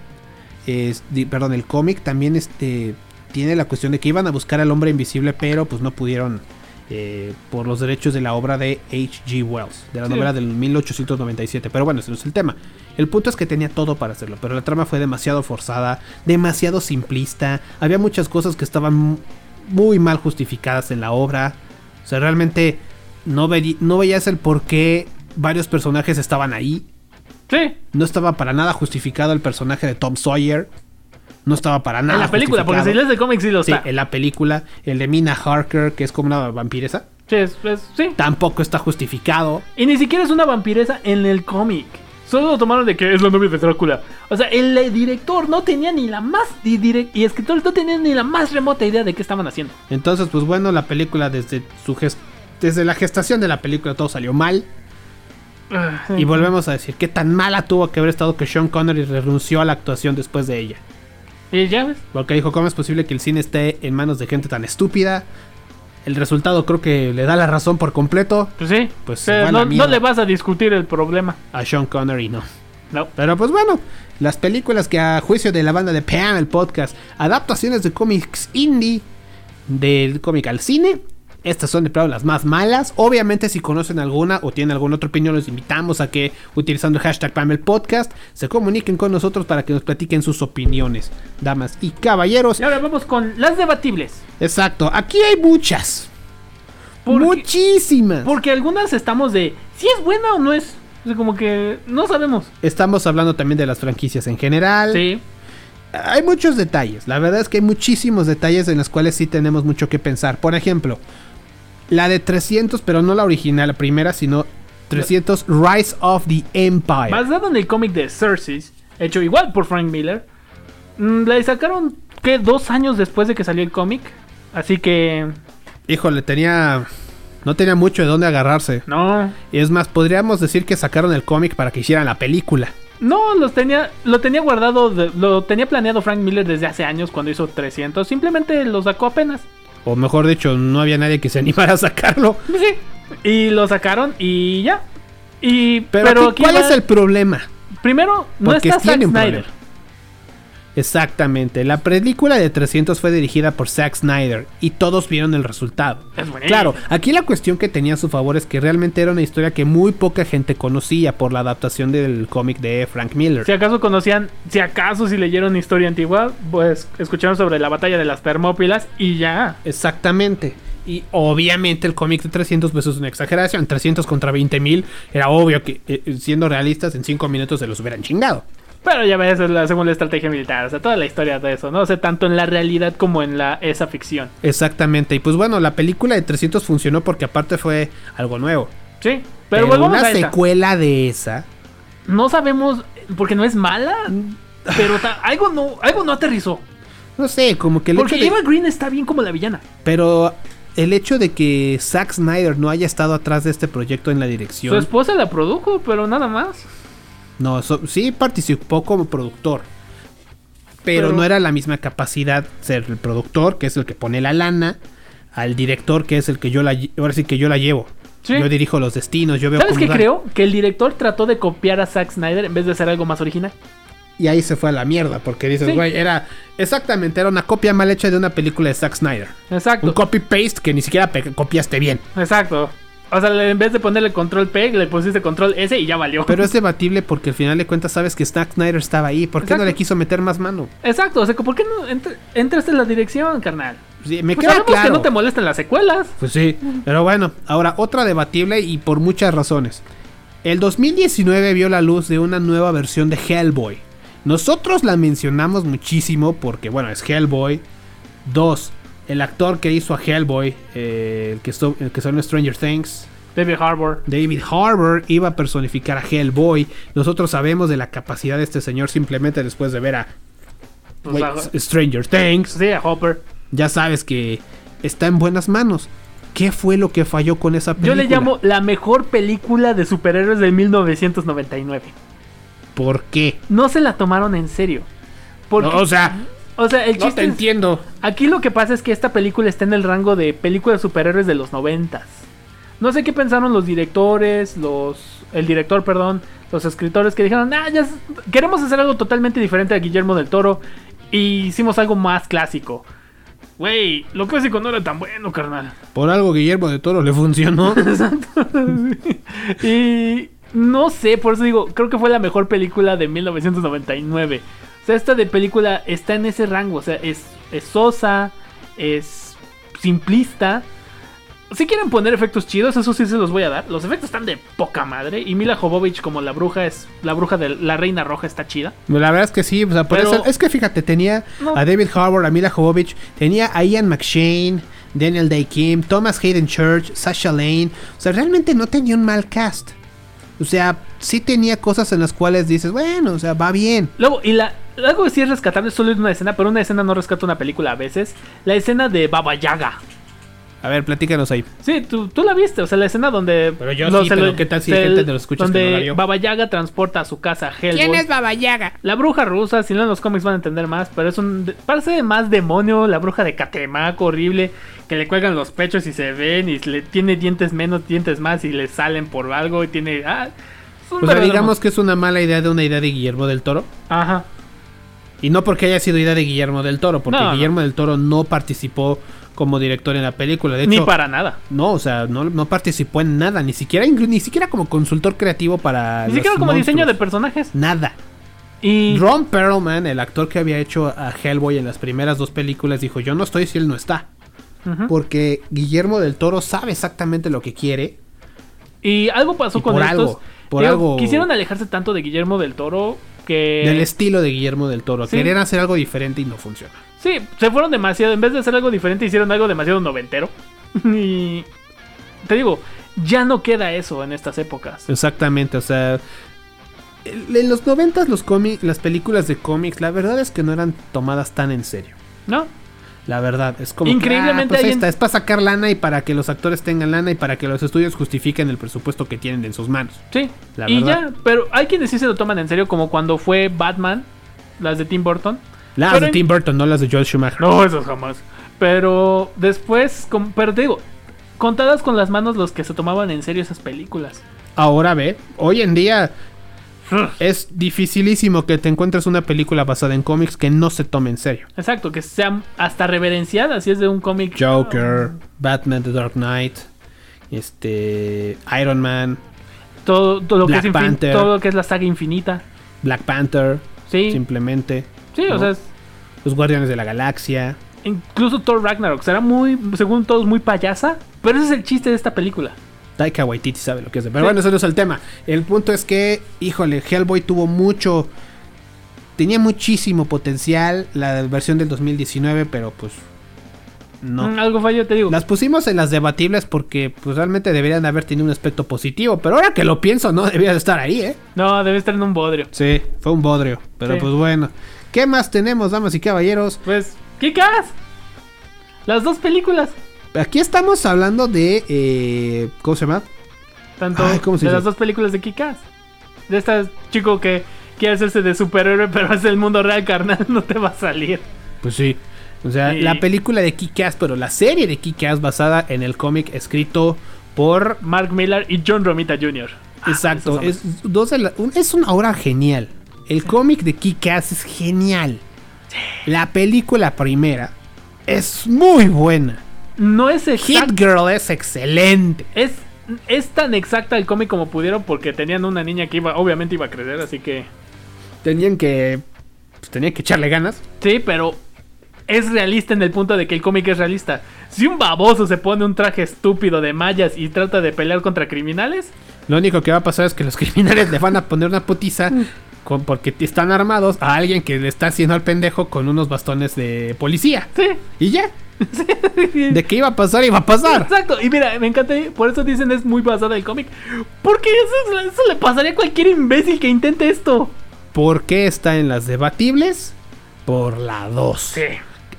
[SPEAKER 3] es- di- perdón, el cómic también este, tiene la cuestión de que iban a buscar al hombre invisible, pero pues no pudieron eh, por los derechos de la obra de H.G. Wells, de la
[SPEAKER 4] Sí.
[SPEAKER 3] novela del 1897. Pero bueno, ese no es el tema. El punto es que tenía todo para hacerlo, pero la trama fue demasiado forzada, demasiado simplista. Había muchas cosas que estaban muy mal justificadas en la obra. O sea, realmente no, veri- no veías el por qué varios personajes estaban ahí.
[SPEAKER 4] sí.
[SPEAKER 3] No estaba para nada justificado el personaje de Tom Sawyer. No estaba para nada.
[SPEAKER 4] en la película, porque si
[SPEAKER 3] Ah, justificado.
[SPEAKER 4] lees de cómics sí lo
[SPEAKER 3] Sí,
[SPEAKER 4] está.
[SPEAKER 3] en la película. El de Mina Harker, que es como una vampiresa.
[SPEAKER 4] Sí, es- es- sí.
[SPEAKER 3] Tampoco está justificado.
[SPEAKER 4] Y ni siquiera es una vampiresa en el cómic. Solo lo tomaron de que es la novia de Drácula. O sea, el eh, director no tenía ni la más. Y, direc- y escritores no tenían ni la más remota idea de qué estaban haciendo.
[SPEAKER 3] Entonces, pues bueno, la película desde su ges- desde la gestación de la película todo salió mal. Y volvemos a decir, ¿qué tan mala tuvo que haber estado que Sean Connery renunció a la actuación después de ella?
[SPEAKER 4] Y ya ves.
[SPEAKER 3] Porque dijo, ¿cómo es posible que el cine esté en manos de gente tan estúpida? El resultado creo que le da la razón por completo
[SPEAKER 4] Pues sí.
[SPEAKER 3] Pues
[SPEAKER 4] Pero
[SPEAKER 3] igual a
[SPEAKER 4] no,
[SPEAKER 3] mí,
[SPEAKER 4] no
[SPEAKER 3] ¿no?
[SPEAKER 4] le vas a discutir el problema.
[SPEAKER 3] a Sean Connery, no.
[SPEAKER 4] No.
[SPEAKER 3] Pero pues bueno, las películas que a juicio de la banda de Pan, el podcast, adaptaciones de cómics indie, del cómic al cine, estas son de plano las más malas. Obviamente si conocen alguna o tienen alguna otra opinión, los invitamos a que utilizando el hashtag Pam, el podcast, se comuniquen con nosotros para que nos platiquen sus opiniones, damas y caballeros.
[SPEAKER 4] Y ahora vamos con las debatibles.
[SPEAKER 3] Exacto, aquí hay muchas.
[SPEAKER 4] Porque,
[SPEAKER 3] Muchísimas.
[SPEAKER 4] porque algunas estamos de si es buena o no es. O sea, como que no sabemos.
[SPEAKER 3] Estamos hablando también de las franquicias en general.
[SPEAKER 4] Sí.
[SPEAKER 3] Hay muchos detalles. La verdad es que hay muchísimos detalles en los cuales sí tenemos mucho que pensar. Por ejemplo, la de 300, pero no la original, la primera, sino 300 Rise of the Empire.
[SPEAKER 4] Basado en el cómic de Cersei, hecho igual por Frank Miller, mm, le sacaron, ¿qué? Dos años después de que salió el cómic. Así que,
[SPEAKER 3] Híjole, tenía. No tenía mucho de dónde agarrarse.
[SPEAKER 4] no.
[SPEAKER 3] Y es más, podríamos decir que sacaron el cómic para que hicieran la película.
[SPEAKER 4] No, los tenía, lo tenía guardado, de- lo tenía planeado Frank Miller desde hace años cuando hizo 300. Simplemente lo sacó apenas.
[SPEAKER 3] O mejor dicho, no había nadie que se (laughs) animara a sacarlo.
[SPEAKER 4] Sí. Y lo sacaron y ya. Y,
[SPEAKER 3] Pero, aquí, ¿cuál
[SPEAKER 4] va-
[SPEAKER 3] es el problema?
[SPEAKER 4] Primero, no
[SPEAKER 3] Porque
[SPEAKER 4] está Zack
[SPEAKER 3] tienen
[SPEAKER 4] Snyder.
[SPEAKER 3] problema. Exactamente, la película de 300 fue dirigida por Zack Snyder y todos vieron el resultado.
[SPEAKER 4] Es buenísimo.
[SPEAKER 3] Claro, aquí la cuestión que tenía a su favor es que realmente era una historia que muy poca gente conocía por la adaptación del cómic de Frank Miller.
[SPEAKER 4] Si acaso conocían, si acaso si leyeron historia antigua, pues escucharon sobre la batalla de las Termópilas y ya.
[SPEAKER 3] Exactamente. Y obviamente el cómic de 300 pues es una exageración. 300 contra 20.000 era obvio que eh, siendo realistas en 5 minutos se los hubieran chingado.
[SPEAKER 4] Pero ya ves, es la, según la estrategia militar, o sea, toda la historia de eso, ¿no? O sea, tanto en la realidad como en la esa ficción.
[SPEAKER 3] Exactamente. Y pues bueno, la película de 300 funcionó porque aparte fue algo nuevo.
[SPEAKER 4] Sí, pero, volvamos
[SPEAKER 3] una
[SPEAKER 4] a esta.
[SPEAKER 3] secuela de esa.
[SPEAKER 4] No sabemos, porque no es mala,
[SPEAKER 3] Mm.
[SPEAKER 4] pero ta- algo, no, algo no aterrizó.
[SPEAKER 3] No sé, como que el
[SPEAKER 4] Porque
[SPEAKER 3] hecho de-
[SPEAKER 4] Eva Green está bien como la villana.
[SPEAKER 3] Pero el hecho de que Zack Snyder no haya estado atrás de este proyecto en la
[SPEAKER 4] Su
[SPEAKER 3] dirección.
[SPEAKER 4] esposa la produjo, pero nada más.
[SPEAKER 3] No, so- sí participó como productor. Pero,
[SPEAKER 4] Pero-
[SPEAKER 3] no era la misma capacidad ser el productor, que es el que pone la lana, al director, que es el que yo la lle- ahora sí que yo la llevo.
[SPEAKER 4] Sí.
[SPEAKER 3] Yo dirijo los destinos, yo veo
[SPEAKER 4] ¿Sabes
[SPEAKER 3] cómo
[SPEAKER 4] qué
[SPEAKER 3] dan.
[SPEAKER 4] creo? Que el director trató de copiar a Zack Snyder en vez de hacer algo más original.
[SPEAKER 3] Y ahí se fue a la mierda, porque dices,
[SPEAKER 4] Sí.
[SPEAKER 3] güey, era exactamente era una copia mal hecha de una película de Zack Snyder. Un
[SPEAKER 4] Exacto.
[SPEAKER 3] copy paste que ni siquiera pe- copiaste bien.
[SPEAKER 4] Exacto. O sea, le- en vez de ponerle control P, le pusiste control S y ya valió.
[SPEAKER 3] Pero es debatible porque al final de cuentas sabes que Zack Snyder estaba ahí. ¿Por qué no
[SPEAKER 4] Exacto.
[SPEAKER 3] le quiso meter más mano?
[SPEAKER 4] Exacto, o sea, ¿por qué no entr- entraste en la dirección, carnal?
[SPEAKER 3] Sí, me
[SPEAKER 4] Pues
[SPEAKER 3] queda
[SPEAKER 4] sabemos que
[SPEAKER 3] claro.
[SPEAKER 4] no te molestan las secuelas.
[SPEAKER 3] Pues sí, pero bueno, ahora otra debatible y por muchas razones. El 2019 vio la luz de una nueva versión de Hellboy. Nosotros la mencionamos muchísimo porque, bueno, es Hellboy 2. El actor que hizo a Hellboy, eh, el, que estu- el que son Stranger Things,
[SPEAKER 4] David Harbour.
[SPEAKER 3] David Harbour iba a personificar a Hellboy. Nosotros sabemos de la capacidad de este señor simplemente después de ver a
[SPEAKER 4] pues,
[SPEAKER 3] güey,
[SPEAKER 4] a-
[SPEAKER 3] Stranger Things
[SPEAKER 4] sí, a Hopper.
[SPEAKER 3] ya sabes que está en buenas manos. ¿Qué fue lo que falló con esa
[SPEAKER 4] Yo
[SPEAKER 3] película?
[SPEAKER 4] le llamo la mejor película de superhéroes de 1999.
[SPEAKER 3] ¿Por qué?
[SPEAKER 4] No se la tomaron en serio. Porque,
[SPEAKER 3] No, o sea,
[SPEAKER 4] o sea, el
[SPEAKER 3] no te
[SPEAKER 4] chiste. es-
[SPEAKER 3] entiendo.
[SPEAKER 4] aquí lo que pasa es que esta película está en el rango de películas de superhéroes de los 90. No sé qué pensaron los directores, los. El director, perdón, los escritores que dijeron, ah, ya s- queremos hacer algo totalmente diferente a Guillermo del Toro. Y hicimos algo más clásico. Güey, lo clásico no era tan bueno, carnal.
[SPEAKER 3] Por algo Guillermo de Toro le
[SPEAKER 4] (laughs)
[SPEAKER 3] funcionó.
[SPEAKER 4] Y no sé, por eso digo, creo que fue la mejor película de 1999. O sea, esta de película está en ese rango. O sea, es, es sosa, es simplista. Si quieren poner efectos chidos, eso sí se los voy a dar. Los efectos están de poca madre. Y Mila Jovovich como la bruja es... La bruja de la reina roja está chida.
[SPEAKER 3] La verdad es que sí, o sea, por
[SPEAKER 4] Pero-
[SPEAKER 3] eso- es que fíjate, tenía
[SPEAKER 4] No.
[SPEAKER 3] a David Harbour, a Mila Jovovich, tenía a Ian McShane, Daniel Day Kim, Thomas Hayden Church, Sasha Lane. O sea, realmente no tenía un mal cast. O sea, sí tenía cosas en las cuales dices, bueno, o sea, va bien.
[SPEAKER 4] Luego, y la... Algo que sí es rescatable solo es una escena, pero una escena no rescata una película a veces. La escena de Baba Yaga.
[SPEAKER 3] A ver, platícanos ahí.
[SPEAKER 4] Sí, tú, tú la viste, o sea, la escena donde.
[SPEAKER 3] Pero yo sí,
[SPEAKER 4] se
[SPEAKER 3] pero ¿qué tal si hay
[SPEAKER 4] se-
[SPEAKER 3] gente que lo escucha que
[SPEAKER 4] Donde
[SPEAKER 3] no la vio?
[SPEAKER 4] Baba Yaga transporta a su casa a Hellboy.
[SPEAKER 3] Baba Yaga?
[SPEAKER 4] La bruja rusa, si no en los cómics van a entender más, pero es un. Parece más demonio, la bruja de Catemaco, horrible, que le cuelgan los pechos y se ven, y le tiene dientes menos, dientes más, y le salen por algo, y tiene. Ah, es un
[SPEAKER 3] O sea,
[SPEAKER 4] verdadero-
[SPEAKER 3] Pues digamos que es una mala idea de una idea de Guillermo del Toro.
[SPEAKER 4] Ajá.
[SPEAKER 3] Y no porque haya sido idea de Guillermo del Toro, porque
[SPEAKER 4] No, no.
[SPEAKER 3] Guillermo del Toro no participó como director en la película. De hecho,
[SPEAKER 4] Ni para nada.
[SPEAKER 3] No, o sea, no, no participó en nada, ni siquiera, ni siquiera como consultor creativo para.
[SPEAKER 4] Ni
[SPEAKER 3] los
[SPEAKER 4] siquiera como diseño de
[SPEAKER 3] monstruos.
[SPEAKER 4] personajes.
[SPEAKER 3] Nada.
[SPEAKER 4] Y.
[SPEAKER 3] Ron Perlman, el actor que había hecho a Hellboy en las primeras dos películas, dijo: Yo no estoy si él no está.
[SPEAKER 4] Ujú.
[SPEAKER 3] Porque Guillermo del Toro sabe exactamente lo que quiere.
[SPEAKER 4] Y algo pasó
[SPEAKER 3] Y
[SPEAKER 4] con
[SPEAKER 3] por
[SPEAKER 4] estos.
[SPEAKER 3] algo. Por
[SPEAKER 4] Digo,
[SPEAKER 3] algo
[SPEAKER 4] Quisieron alejarse tanto de Guillermo del Toro que.
[SPEAKER 3] del estilo de Guillermo del Toro.
[SPEAKER 4] Eh. Sí.
[SPEAKER 3] Querer hacer algo diferente y no funciona.
[SPEAKER 4] Sí, se fueron demasiado. En vez de hacer algo diferente, hicieron algo demasiado noventero. (laughs) y. Te digo, ya no queda eso en estas épocas.
[SPEAKER 3] Exactamente, o sea. el- En los noventas los cómics, las películas de cómics, la verdad es que no eran tomadas tan en serio.
[SPEAKER 4] ¿No?
[SPEAKER 3] La verdad, es como. que,
[SPEAKER 4] Increíblemente
[SPEAKER 3] ah, pues
[SPEAKER 4] hay
[SPEAKER 3] esta,
[SPEAKER 4] en-
[SPEAKER 3] es para sacar lana y para que los actores tengan lana y para que los estudios justifiquen el presupuesto que tienen en sus manos.
[SPEAKER 4] Sí.
[SPEAKER 3] La
[SPEAKER 4] y
[SPEAKER 3] verdad.
[SPEAKER 4] ya, pero hay quienes sí se lo toman en serio, como cuando fue Batman, las de Tim Burton.
[SPEAKER 3] Las
[SPEAKER 4] Pero
[SPEAKER 3] de
[SPEAKER 4] en-
[SPEAKER 3] Tim Burton, no las de Joel Schumacher.
[SPEAKER 4] No, esas jamás. Pero después, com- pero te digo, contadas con las manos los que se tomaban en serio esas películas.
[SPEAKER 3] Ahora ve, hoy en día es dificilísimo que te encuentres una película basada en cómics que no se tome en serio.
[SPEAKER 4] Exacto, que sean hasta reverenciadas si es de un cómic.
[SPEAKER 3] Joker, Batman The Dark Knight, este Iron Man,
[SPEAKER 4] Todo, todo lo que
[SPEAKER 3] Black
[SPEAKER 4] es infin-
[SPEAKER 3] Panther.
[SPEAKER 4] todo lo que es la saga infinita.
[SPEAKER 3] Black Panther,
[SPEAKER 4] Sí,
[SPEAKER 3] simplemente
[SPEAKER 4] sí, o
[SPEAKER 3] ¿no?
[SPEAKER 4] sea, es-
[SPEAKER 3] Los Guardianes de la Galaxia.
[SPEAKER 4] incluso Thor Ragnarok será muy, según todos, muy payasa. Pero ese es el chiste de esta película.
[SPEAKER 3] Taika Waititi sabe lo que es. Pero
[SPEAKER 4] Sí.
[SPEAKER 3] bueno, ese no es el tema. El punto es que, híjole, Hellboy tuvo mucho. Tenía muchísimo potencial la versión del 2019, pero pues. No.
[SPEAKER 4] Mm, Algo falló, te digo.
[SPEAKER 3] Las pusimos en las debatibles porque pues realmente deberían haber tenido un aspecto positivo, pero ahora que lo pienso, no debía de estar ahí, ¿eh?
[SPEAKER 4] No, debe estar en un bodrio.
[SPEAKER 3] Sí, fue un bodrio, pero
[SPEAKER 4] Sí.
[SPEAKER 3] pues bueno. ¿Qué más tenemos, damas y caballeros?
[SPEAKER 4] Pues, ¿qué caras? Las dos películas.
[SPEAKER 3] Aquí estamos hablando de... eh, ¿Cómo se llama?
[SPEAKER 4] Tanto
[SPEAKER 3] Ay, ¿cómo se
[SPEAKER 4] de
[SPEAKER 3] dice?
[SPEAKER 4] las dos películas de Kikas. De este chico que quiere hacerse de superhéroe, pero es el mundo real, carnal, (laughs) no te va a salir.
[SPEAKER 3] Pues sí. O sea,
[SPEAKER 4] Sí.
[SPEAKER 3] la película de Kick-Ass, pero la serie de Kick-Ass basada en el cómic escrito por...
[SPEAKER 4] Mark Miller y John Romita Jr.
[SPEAKER 3] Ah, Exacto,
[SPEAKER 4] Ah, esos
[SPEAKER 3] es, dos de la- un- es una obra genial. El cómic de Kick-Ass es genial. La película primera es muy buena.
[SPEAKER 4] No es
[SPEAKER 3] Hit
[SPEAKER 4] exacto.
[SPEAKER 3] Girl es excelente.
[SPEAKER 4] Es, es tan exacta el cómic como pudieron porque tenían una niña que iba, obviamente iba a crecer, así que.
[SPEAKER 3] Tenían que... pues, tenían que echarle ganas.
[SPEAKER 4] Sí, pero es realista en el punto de que el cómic es realista. Si un baboso se pone un traje estúpido de mallas y trata de pelear contra criminales,
[SPEAKER 3] Lo único que va a pasar es que los (laughs) criminales le van a poner una putiza
[SPEAKER 4] Mm.
[SPEAKER 3] con, porque t- están armados a alguien que le está haciendo al pendejo con unos bastones de policía.
[SPEAKER 4] sí.
[SPEAKER 3] Y ya. De qué iba a pasar, iba a pasar.
[SPEAKER 4] Exacto, y mira, me encanta, ¿eh? por eso dicen es muy basada el cómic. Porque eso, eso le pasaría a cualquier imbécil que intente esto.
[SPEAKER 3] ¿Por qué está en las debatibles? Por la 2.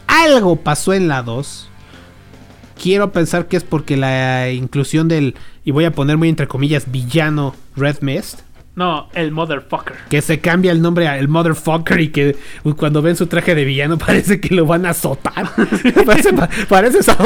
[SPEAKER 3] Algo pasó en la 2. Quiero pensar que es porque la inclusión del, y voy a poner muy entre comillas, villano Red Mist,
[SPEAKER 4] No, el motherfucker. (laughs)
[SPEAKER 3] que se cambia el nombre al motherfucker y que uy, cuando ven su traje de villano (laughs) parece que lo van a azotar. (laughs) parece, pa- parece (laughs) esa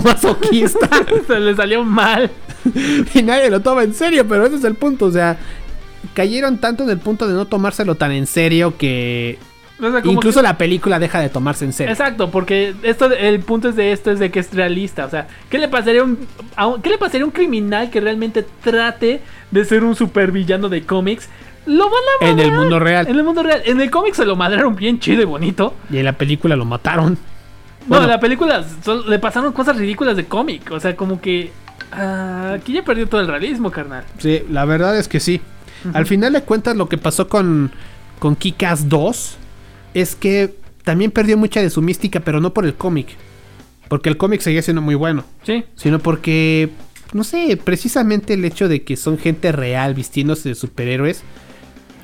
[SPEAKER 3] masoquista.
[SPEAKER 4] Se le salió mal. (laughs)
[SPEAKER 3] (laughs) y nadie lo toma en serio, pero ese es el punto. O sea, cayeron tanto en el punto de no tomárselo tan en serio que
[SPEAKER 4] O sea, Ah, como
[SPEAKER 3] incluso
[SPEAKER 4] que-
[SPEAKER 3] la película deja de tomarse en serio.
[SPEAKER 4] Exacto, porque esto, el punto es de esto es de que es realista. O sea, ¿qué le pasaría a un, a un- qué le pasaría a un criminal que realmente trate de ser un supervillano de cómics? Lo van a
[SPEAKER 3] En el
[SPEAKER 4] madrear.
[SPEAKER 3] mundo real.
[SPEAKER 4] En el mundo real. En el cómic se lo madraron bien chido y bonito.
[SPEAKER 3] Y en la película lo mataron.
[SPEAKER 4] No,
[SPEAKER 3] Bueno.
[SPEAKER 4] en la película sol- le pasaron cosas ridículas de cómic. O sea, como que. ah, aquí ya perdió todo el realismo, carnal.
[SPEAKER 3] Sí, la verdad es que sí. Al final de cuentas, lo que pasó con, con Kikas 2 es que también perdió mucha de su mística, pero no por el cómic. Porque el cómic seguía siendo muy bueno.
[SPEAKER 4] Sí.
[SPEAKER 3] Sino porque no sé, precisamente el hecho de que son gente real vistiéndose de superhéroes,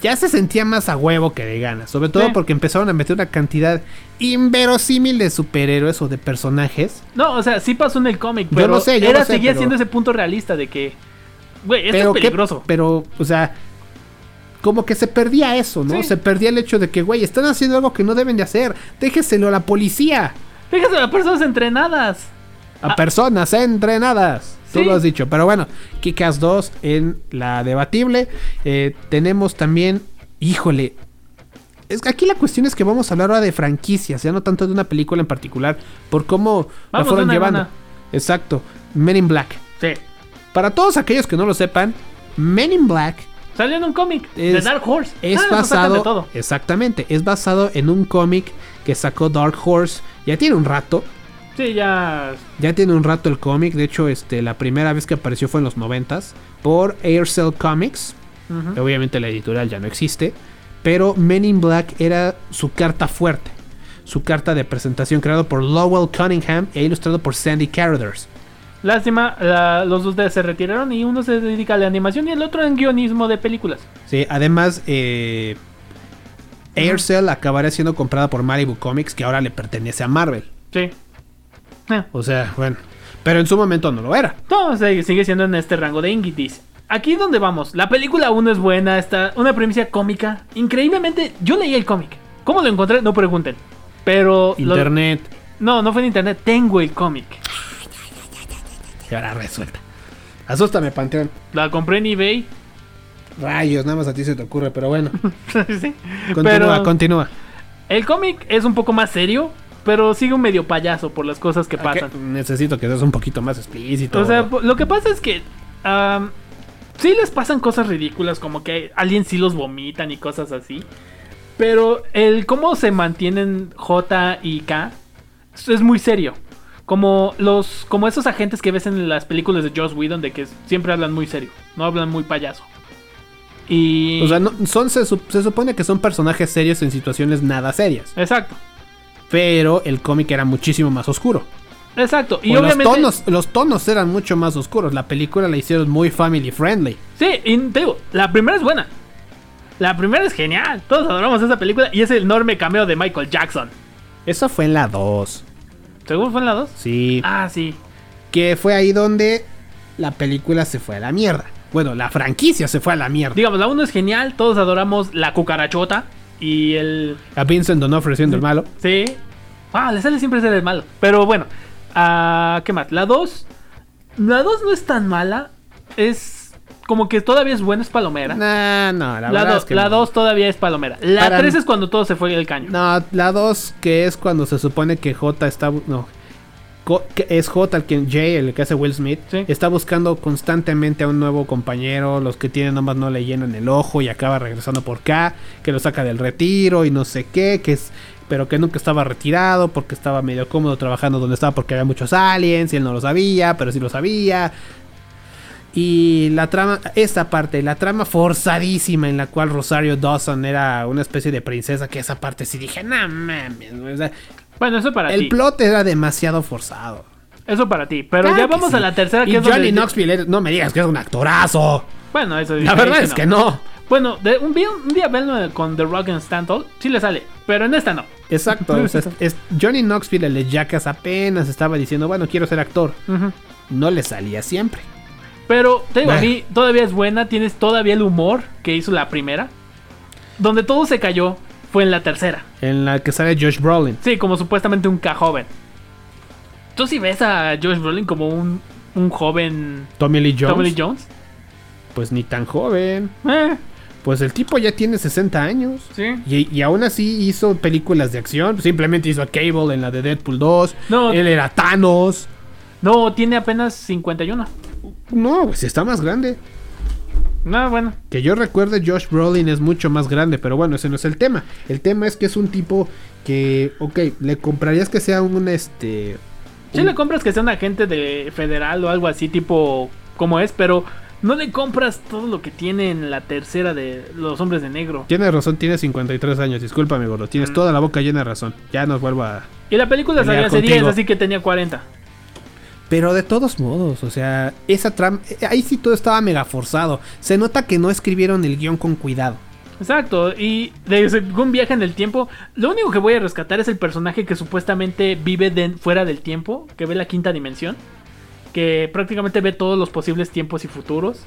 [SPEAKER 3] ya se sentía más a huevo que de ganas. Sobre todo
[SPEAKER 4] Sí.
[SPEAKER 3] porque empezaron a meter una cantidad inverosímil de superhéroes o de personajes.
[SPEAKER 4] No, o sea, sí pasó en el cómic,
[SPEAKER 3] Yo
[SPEAKER 4] pero
[SPEAKER 3] lo sé, yo
[SPEAKER 4] era
[SPEAKER 3] lo sé,
[SPEAKER 4] seguía
[SPEAKER 3] pero-
[SPEAKER 4] siendo ese punto realista de que güey, esto
[SPEAKER 3] pero
[SPEAKER 4] es
[SPEAKER 3] qué-
[SPEAKER 4] peligroso.
[SPEAKER 3] pero, o sea, como que se perdía eso, ¿no?
[SPEAKER 4] Sí.
[SPEAKER 3] Se perdía el hecho de que, güey, están haciendo algo que no deben de hacer. Déjeselo a la policía.
[SPEAKER 4] Fíjate, las personas entrenadas.
[SPEAKER 3] A
[SPEAKER 4] Ah.
[SPEAKER 3] personas entrenadas. Tú
[SPEAKER 4] Sí.
[SPEAKER 3] lo has dicho. Pero bueno, Kikas 2 en la debatible. Eh, tenemos también. Híjole. Es que aquí la cuestión es que vamos a hablar ahora de franquicias, ya no tanto de una película en particular, por cómo la
[SPEAKER 4] Vamos de
[SPEAKER 3] fueron
[SPEAKER 4] una en
[SPEAKER 3] llevando.
[SPEAKER 4] una.
[SPEAKER 3] Exacto. Men in Black.
[SPEAKER 4] Sí.
[SPEAKER 3] Para todos aquellos que no lo sepan, Men in Black
[SPEAKER 4] Salió en un cómic de
[SPEAKER 3] Es-
[SPEAKER 4] Dark Horse.
[SPEAKER 3] es
[SPEAKER 4] Ah, nos sacan
[SPEAKER 3] basado.
[SPEAKER 4] de todo.
[SPEAKER 3] Exactamente, es basado en un cómic que sacó Dark Horse. Ya tiene un rato.
[SPEAKER 4] Sí, ya.
[SPEAKER 3] Ya tiene un rato el cómic. De hecho, este, la primera vez que apareció fue en los 90s. Por Aircell Comics.
[SPEAKER 4] Ujú.
[SPEAKER 3] Obviamente la editorial ya no existe. Pero Men in Black era su carta fuerte. Su carta de presentación creado por Lowell Cunningham e ilustrado por Sandy Carruthers.
[SPEAKER 4] Lástima, la- los dos de- se retiraron y uno se dedica a la animación y el otro en guionismo de películas.
[SPEAKER 3] Sí, además, eh, Aircell acabará siendo comprada por Malibu Comics, que ahora le pertenece a Marvel.
[SPEAKER 4] Sí. Eh,
[SPEAKER 3] O sea, bueno. Pero en su momento no lo era.
[SPEAKER 4] Todo se- sigue siendo en este rango de Ingitis. Aquí es donde vamos. La película 1 es buena, está una premisa cómica. Increíblemente, yo leí el cómic. ¿Cómo lo encontré? No pregunten. Pero. lo-
[SPEAKER 3] Internet.
[SPEAKER 4] no, no fue en internet. Tengo el cómic.
[SPEAKER 3] Y ahora resuelta. Asústame, Panteón.
[SPEAKER 4] La compré en eBay. (laughs)
[SPEAKER 3] Rayos, nada más a ti se te ocurre, pero bueno.
[SPEAKER 4] Sí.
[SPEAKER 3] Continúa,
[SPEAKER 4] Pero
[SPEAKER 3] continúa.
[SPEAKER 4] el cómic es un poco más serio, pero sigue un medio payaso por las cosas que pasan.
[SPEAKER 3] Ok, Necesito que seas un poquito más explícito.
[SPEAKER 4] O sea, po- lo que pasa es que am, sí les pasan cosas ridículas, como que alguien sí los vomitan y cosas así. Pero el cómo se mantienen J y K es es muy serio. Como los, como esos agentes que ves en las películas de Joss Whedon de que siempre hablan muy serio, no hablan muy payaso. Y
[SPEAKER 3] O sea, no- son, se, sup- se supone que son personajes serios en situaciones nada serias.
[SPEAKER 4] exacto,
[SPEAKER 3] Pero el cómic era muchísimo más oscuro.
[SPEAKER 4] exacto. Y
[SPEAKER 3] O
[SPEAKER 4] obviamente
[SPEAKER 3] los, tonos, los tonos eran mucho más oscuros. La película la hicieron muy family friendly.
[SPEAKER 4] Sí, y te digo, la primera es buena. La primera es genial. Todos adoramos esa película y ese enorme cameo de Michael Jackson.
[SPEAKER 3] Eso fue en la 2.
[SPEAKER 4] ¿Seguro fue en la 2?
[SPEAKER 3] Sí.
[SPEAKER 4] Ah, sí.
[SPEAKER 3] Que fue ahí donde la película se fue a la mierda. Bueno, la franquicia se fue a la mierda.
[SPEAKER 4] Digamos, la 1 es genial, todos adoramos la cucarachota y el...
[SPEAKER 3] A Vincent Donofrio siendo el malo.
[SPEAKER 4] Sí. Ah, le sale siempre ser el malo. Pero bueno, ah, ¿qué más? La 2... La 2 no es tan mala. Es como que todavía es buena, es palomera.
[SPEAKER 3] No, no, la,
[SPEAKER 4] la
[SPEAKER 3] verdad es
[SPEAKER 4] 2
[SPEAKER 3] que no.
[SPEAKER 4] todavía es palomera. La
[SPEAKER 3] Para-
[SPEAKER 4] 3 es cuando todo se fue el caño.
[SPEAKER 3] No, la 2 que es cuando se supone que J está... bu- No. Co- que es J el que Jay, el que hace Will Smith,
[SPEAKER 4] Sí.
[SPEAKER 3] está buscando constantemente a un nuevo compañero, los que tienen nomás no le llenan el ojo y acaba regresando por K, que lo saca del retiro y no sé qué, que es pero que nunca estaba retirado porque estaba medio cómodo trabajando donde estaba porque había muchos aliens y él no lo sabía, pero sí lo sabía. Y la trama, esta parte, la trama forzadísima en la cual Rosario Dawson era una especie de princesa, que esa parte sí dije, no mames, o sea,
[SPEAKER 4] Bueno, eso para
[SPEAKER 3] el
[SPEAKER 4] ti.
[SPEAKER 3] plot era demasiado forzado.
[SPEAKER 4] Eso para ti. Pero
[SPEAKER 3] Claro
[SPEAKER 4] ya
[SPEAKER 3] que
[SPEAKER 4] vamos
[SPEAKER 3] sí.
[SPEAKER 4] a la tercera
[SPEAKER 3] y
[SPEAKER 4] que es donde-
[SPEAKER 3] Johnny Knoxville, eres- no me digas que es un actorazo.
[SPEAKER 4] Bueno, eso
[SPEAKER 3] La
[SPEAKER 4] sí,
[SPEAKER 3] verdad
[SPEAKER 4] sí,
[SPEAKER 3] es que no.
[SPEAKER 4] Bueno, de- un día, un día verlo con The Rock and Stanton sí le sale, pero en esta no.
[SPEAKER 3] Exacto. o sea, es- es- Johnny Knoxville, el de Jackass, apenas estaba diciendo, bueno, quiero ser actor. No le salía siempre.
[SPEAKER 4] Pero te digo, a
[SPEAKER 3] Bueno.
[SPEAKER 4] mí todavía es buena, tienes todavía el humor que hizo la primera. Donde todo se cayó fue en la tercera.
[SPEAKER 3] En la que sale Josh Brolin.
[SPEAKER 4] Sí, como supuestamente un K joven. Tú sí ves a Josh Brolin como un, un joven
[SPEAKER 3] Tommy Lee Jones.
[SPEAKER 4] Tommy Lee Jones.
[SPEAKER 3] Pues ni tan joven.
[SPEAKER 4] Eh,
[SPEAKER 3] Pues el tipo ya tiene 60 años.
[SPEAKER 4] sí.
[SPEAKER 3] Y, y aún así hizo películas de acción. Simplemente hizo a Cable en la de Deadpool 2.
[SPEAKER 4] No.
[SPEAKER 3] Él era Thanos.
[SPEAKER 4] No, tiene apenas 51.
[SPEAKER 3] No, pues está más grande. Ah,
[SPEAKER 4] No, bueno.
[SPEAKER 3] Que yo recuerde, Josh Brolin es mucho más grande, pero bueno, ese no es el tema. El tema es que es un tipo que, ok, le comprarías que sea un, este...
[SPEAKER 4] Si le compras que sea un agente de federal o algo así, tipo como es, pero no le compras todo lo que tiene en la tercera de los hombres de negro.
[SPEAKER 3] Tienes razón, tienes 53 años, discúlpame, gordo. Tienes toda la boca llena de razón. Ya nos vuelvo a...
[SPEAKER 4] Y la película
[SPEAKER 3] Pelear
[SPEAKER 4] salió hace
[SPEAKER 3] contigo.
[SPEAKER 4] 10, así que tenía 40.
[SPEAKER 3] Pero de todos modos, o sea, esa trama, ahí sí todo estaba mega forzado. Se nota que no escribieron el guión con cuidado.
[SPEAKER 4] Exacto, y de según viaje en el tiempo, lo único que voy a rescatar es el personaje que supuestamente vive de- fuera del tiempo, que ve la quinta dimensión, que prácticamente ve todos los posibles tiempos y futuros.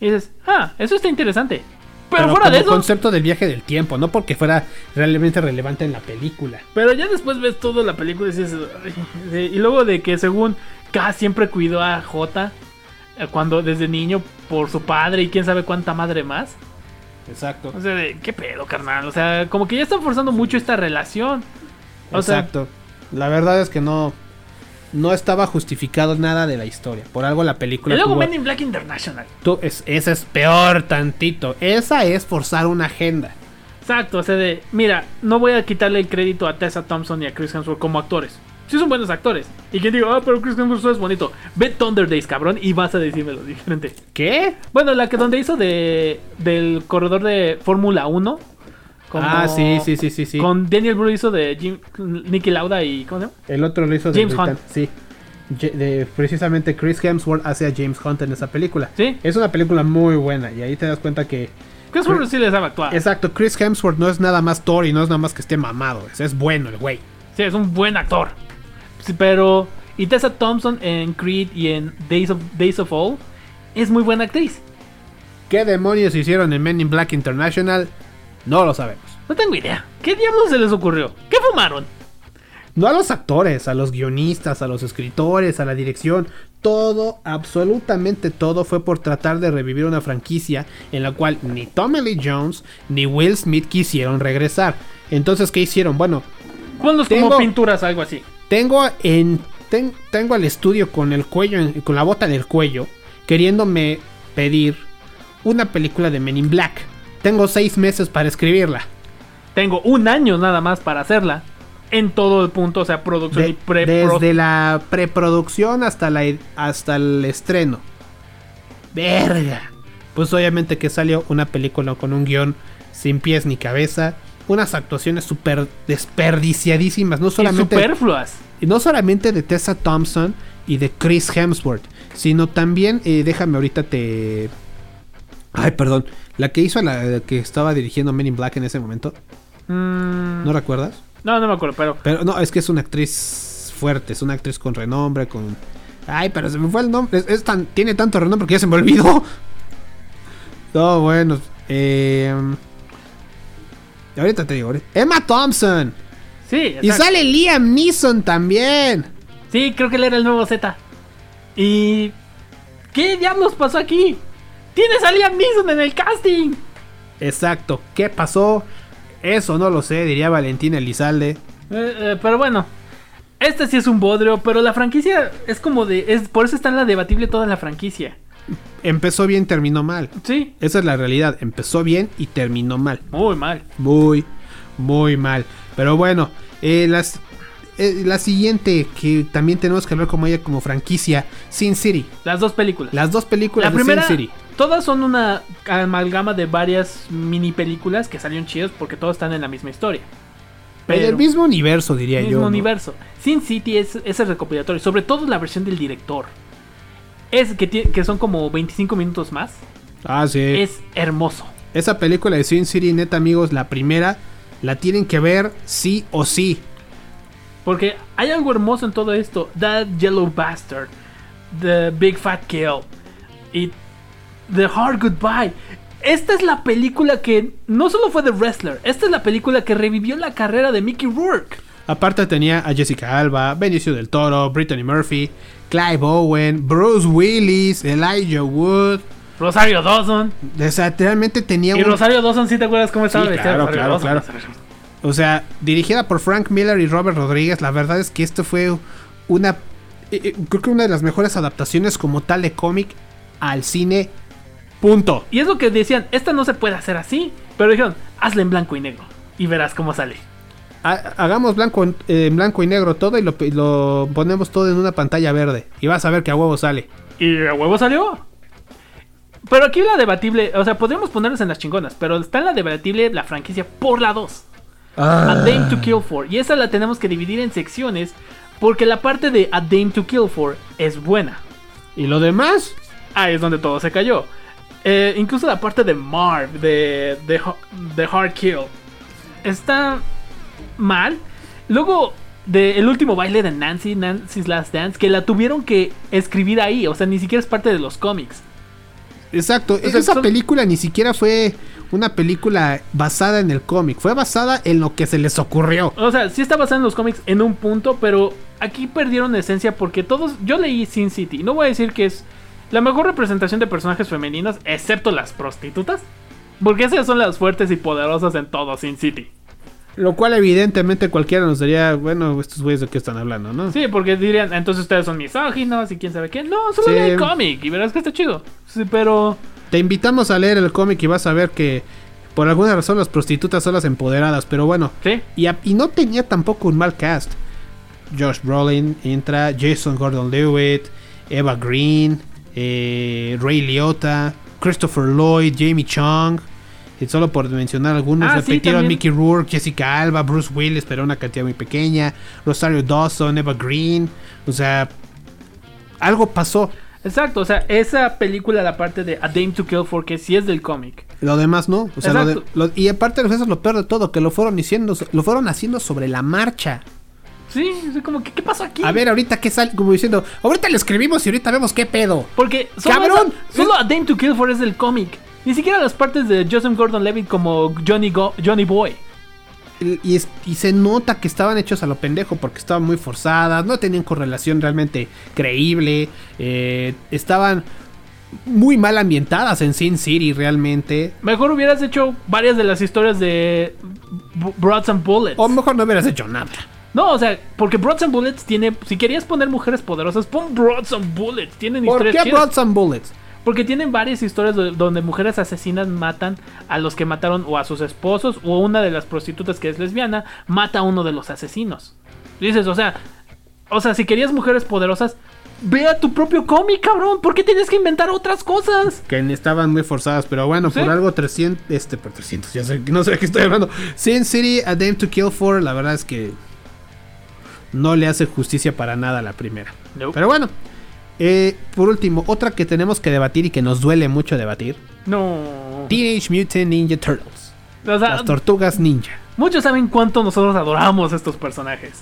[SPEAKER 4] Y dices, ah, eso está interesante. Pero, fuera
[SPEAKER 3] como
[SPEAKER 4] de eso,
[SPEAKER 3] concepto del viaje del tiempo, no porque fuera realmente relevante en la película.
[SPEAKER 4] pero ya después ves toda la película y dices, "Ay", sí, y luego de que según K siempre cuidó a J eh, cuando desde niño por su padre y quién sabe cuánta madre más.
[SPEAKER 3] Exacto.
[SPEAKER 4] O sea, de, ¿qué pedo, carnal? O sea, como que ya están forzando mucho esta relación. O sea,
[SPEAKER 3] Exacto. la verdad es que no no estaba justificado nada de la historia. Por algo la película
[SPEAKER 4] Y luego
[SPEAKER 3] tuvo-
[SPEAKER 4] Men in Black International.
[SPEAKER 3] tu- es, esa es peor tantito. Esa es forzar una agenda.
[SPEAKER 4] Exacto, o sea, de, mira, no voy a quitarle el crédito a Tessa Thompson y a Chris Hemsworth como actores. Sí son buenos actores. Y quien diga, ah, pero Chris Hemsworth es bonito. Ve Thunder Days, cabrón, y vas a decírmelo diferente.
[SPEAKER 3] ¿Qué?
[SPEAKER 4] Bueno, la que donde hizo de del corredor de Fórmula 1. como-
[SPEAKER 3] Ah, sí, sí, sí, sí, sí.
[SPEAKER 4] Con Daniel Blue hizo de Jim, Nicky Lauda y ¿cómo se llama?
[SPEAKER 3] El otro lo hizo de
[SPEAKER 4] James
[SPEAKER 3] Britan-
[SPEAKER 4] Hunt.
[SPEAKER 3] Sí. Je- de- precisamente Chris Hemsworth hace a James Hunt en esa película.
[SPEAKER 4] Sí.
[SPEAKER 3] Es una película muy buena y ahí te das cuenta que
[SPEAKER 4] Chris Hemsworth sí le sabe actuar.
[SPEAKER 3] Exacto, Chris Hemsworth no es nada más Thor y no es nada más que esté mamado, es, es bueno el güey.
[SPEAKER 4] Sí, es un buen actor. Sí, pero. Y Tessa Thompson en Creed y en Days of, Days of All es muy buena actriz.
[SPEAKER 3] ¿Qué demonios hicieron en Men in Black International? No lo sabemos.
[SPEAKER 4] No tengo idea. ¿Qué diablos se les ocurrió? ¿Qué fumaron?
[SPEAKER 3] No a los actores, a los guionistas, a los escritores, a la dirección, todo, absolutamente todo fue por tratar de revivir una franquicia en la cual ni Tommy Lee Jones ni Will Smith quisieron regresar. Entonces, ¿qué hicieron? Bueno,
[SPEAKER 4] Ponlos
[SPEAKER 3] Tengo-
[SPEAKER 4] como pinturas, algo así.
[SPEAKER 3] Tengo en ten- tengo al estudio con el cuello en- con la bota en el cuello queriéndome pedir una película de Men in Black. Tengo seis meses para escribirla.
[SPEAKER 4] Tengo un año nada más para hacerla. En todo el punto, o sea, producción
[SPEAKER 3] De-
[SPEAKER 4] y pre pro-
[SPEAKER 3] desde la preproducción hasta la ed- hasta el estreno. Verga. Pues obviamente que salió una película con un guión sin pies ni cabeza, unas actuaciones súper desperdiciadísimas, no
[SPEAKER 4] y
[SPEAKER 3] solamente
[SPEAKER 4] superfluas.
[SPEAKER 3] Y no solamente de Tessa Thompson y de Chris Hemsworth, sino también, eh, déjame ahorita te... Ay, perdón, la que hizo, la, la que estaba dirigiendo Men in Black en ese momento,
[SPEAKER 4] Mm,
[SPEAKER 3] ¿no recuerdas?
[SPEAKER 4] no, no me acuerdo, pero.
[SPEAKER 3] Pero no, es que es una actriz fuerte, es una actriz con renombre, con... Ay, pero se me fue el nombre, es, es tan, tiene tanto renombre que ya se me olvidó. (laughs) No, bueno, eh... Ahorita te digo, ahorita- Emma Thompson.
[SPEAKER 4] Sí,
[SPEAKER 3] Y
[SPEAKER 4] exacto.
[SPEAKER 3] sale Liam Neeson también.
[SPEAKER 4] sí, creo que él era el nuevo Z. ¿Y qué diablos pasó aquí? ¡Tienes a Liam Neeson en el casting!
[SPEAKER 3] Exacto. ¿Qué pasó? Eso no lo sé, diría Valentín Elizalde.
[SPEAKER 4] Eh, eh, pero bueno, este sí es un bodrio, pero la franquicia es como de. Es, por eso está en la debatible toda la franquicia.
[SPEAKER 3] Empezó bien, terminó mal.
[SPEAKER 4] Sí,
[SPEAKER 3] Esa es la realidad. Empezó bien y terminó mal.
[SPEAKER 4] muy mal.
[SPEAKER 3] Muy, muy mal. Pero bueno, eh, las, eh, la siguiente que también tenemos que hablar como ella como franquicia, Sin City.
[SPEAKER 4] Las dos películas.
[SPEAKER 3] Las dos películas
[SPEAKER 4] La primera,
[SPEAKER 3] de Sin City.
[SPEAKER 4] todas son una amalgama de varias mini películas que salieron chidas porque todas están en la misma historia.
[SPEAKER 3] En el mismo universo, diría
[SPEAKER 4] mismo
[SPEAKER 3] yo. ¿no?
[SPEAKER 4] universo. Sin City es, es el recopilatorio, sobre todo la versión del director. Es que, tie- que son como 25 minutos más.
[SPEAKER 3] Ah, sí.
[SPEAKER 4] Es hermoso.
[SPEAKER 3] Esa película de Sin City, neta, amigos, la primera, la tienen que ver sí o sí.
[SPEAKER 4] Porque hay algo hermoso en todo esto. That Yellow Bastard. The Big Fat Kill. Y The Hard Goodbye. Esta es la película que no solo fue The Wrestler. Esta es la película que revivió la carrera de Mickey Rourke.
[SPEAKER 3] Aparte tenía a Jessica Alba, Benicio del Toro, Brittany Murphy, Clive Owen, Bruce Willis, Elijah Wood.
[SPEAKER 4] Rosario Dawson.
[SPEAKER 3] O sea, realmente tenía
[SPEAKER 4] Y
[SPEAKER 3] un-
[SPEAKER 4] Rosario Dawson, ¿sí te acuerdas cómo estaba
[SPEAKER 3] Sí,
[SPEAKER 4] vestida
[SPEAKER 3] claro,
[SPEAKER 4] Rosario
[SPEAKER 3] claro,
[SPEAKER 4] Dawson?
[SPEAKER 3] O sea, dirigida por Frank Miller y Robert Rodríguez, la verdad es que esto fue una... eh, eh, Creo que una de las mejores adaptaciones como tal de cómic al cine. Punto.
[SPEAKER 4] Y es lo que decían, esta no se puede hacer así. Pero dijeron, hazla en blanco y negro. Y verás cómo sale.
[SPEAKER 3] Ha- hagamos blanco, en- eh, en blanco y negro todo y lo, pe- lo ponemos todo en una pantalla verde. Y vas a ver que a huevo sale.
[SPEAKER 4] Y a huevo salió. Pero aquí la debatible, o sea, podríamos ponernos en las chingonas, pero está en la debatible la franquicia por la 2. A Dame to Kill For. Y esa la tenemos que dividir en secciones Porque la parte de A Dame to Kill For es buena.
[SPEAKER 3] ¿Y lo demás?
[SPEAKER 4] Ahí es donde todo se cayó. Eh, incluso la parte de Marv, de, de, Ho- de Hard Kill, está mal. Luego, del último baile de Nancy, Nancy's Last Dance, que la tuvieron que escribir ahí. O sea, ni siquiera es parte de los cómics.
[SPEAKER 3] Exacto.
[SPEAKER 4] sea,
[SPEAKER 3] Esa
[SPEAKER 4] son-
[SPEAKER 3] película ni siquiera fue una película basada en el cómic. Fue basada en lo que se les ocurrió.
[SPEAKER 4] O sea, sí está basada en los cómics en un punto, pero aquí perdieron esencia porque todos. Yo leí Sin City. No voy a decir que es la mejor representación de personajes femeninos, excepto las prostitutas. Porque esas son las fuertes y poderosas en todo Sin City.
[SPEAKER 3] Lo cual evidentemente cualquiera nos diría, bueno, estos güeyes de qué están hablando, ¿no?
[SPEAKER 4] Sí, porque dirían, entonces ustedes son misóginos y quién sabe qué. No, solo
[SPEAKER 3] Sí.
[SPEAKER 4] lee el cómic y verás que está chido. Sí, pero.
[SPEAKER 3] Te invitamos a leer el cómic y vas a ver que por alguna razón las prostitutas son las empoderadas, pero bueno.
[SPEAKER 4] Sí.
[SPEAKER 3] Y, a- y no tenía tampoco un mal cast. Josh Brolin entra, Jason Gordon Lewitt, Eva Green, eh, Ray Liotta, Christopher Lloyd, Jamie Chung. Y solo por mencionar algunos,
[SPEAKER 4] Ah, sí,
[SPEAKER 3] repitieron
[SPEAKER 4] también.
[SPEAKER 3] Mickey Rourke, Jessica Alba, Bruce Willis, pero una cantidad muy pequeña, Rosario Dawson, Eva Green. O sea, algo pasó.
[SPEAKER 4] Exacto, o sea, esa película, la parte de A Dame to Kill For, que sí es del cómic.
[SPEAKER 3] Lo demás no. O sea, lo de-
[SPEAKER 4] Exacto.
[SPEAKER 3] lo- y aparte eso es lo peor de todo, que lo fueron diciendo, lo fueron haciendo sobre la marcha.
[SPEAKER 4] Sí, es como, ¿qué, qué pasó aquí?
[SPEAKER 3] A ver, ahorita que sale, como diciendo, ahorita le escribimos y ahorita vemos qué pedo.
[SPEAKER 4] Porque solo,
[SPEAKER 3] ¡Cabrón! ¿eh?
[SPEAKER 4] esa- solo A Dame to Kill For es del cómic. Ni siquiera las partes de Joseph Gordon Levitt como Johnny, Go- Johnny Boy.
[SPEAKER 3] Y, y es- y se nota que estaban hechos a lo pendejo porque estaban muy forzadas, no tenían correlación realmente creíble, eh, estaban muy mal ambientadas en Sin City realmente.
[SPEAKER 4] Mejor hubieras hecho varias de las historias de B- Broads and Bullets.
[SPEAKER 3] O mejor no hubieras hecho nada.
[SPEAKER 4] No, o sea, porque Broads and Bullets tiene. Si querías poner mujeres poderosas, pon Broads and Bullets. Tienen
[SPEAKER 3] ¿Por
[SPEAKER 4] historias
[SPEAKER 3] qué
[SPEAKER 4] chidas.
[SPEAKER 3] Blood and Bullets?
[SPEAKER 4] Porque tienen varias historias do- donde mujeres asesinas matan a los que mataron o a sus esposos o una de las prostitutas que es lesbiana mata a uno de los asesinos. Dices, o sea, o sea, si querías mujeres poderosas, ve a tu propio cómic, cabrón. ¿Por qué tienes que inventar otras cosas?
[SPEAKER 3] Que ni estaban muy forzadas, pero bueno,
[SPEAKER 4] Sí.
[SPEAKER 3] por algo 300, este, por 300, ya sé, no sé de qué estoy hablando. Sin City, A Dame to Kill For, la verdad es que no le hace justicia para nada a la primera.
[SPEAKER 4] No.
[SPEAKER 3] Pero bueno, eh, por último, otra que tenemos que debatir y que nos duele mucho debatir.
[SPEAKER 4] No.
[SPEAKER 3] Teenage Mutant Ninja Turtles.
[SPEAKER 4] O sea,
[SPEAKER 3] Las tortugas ninja.
[SPEAKER 4] muchos saben cuánto nosotros adoramos a estos personajes.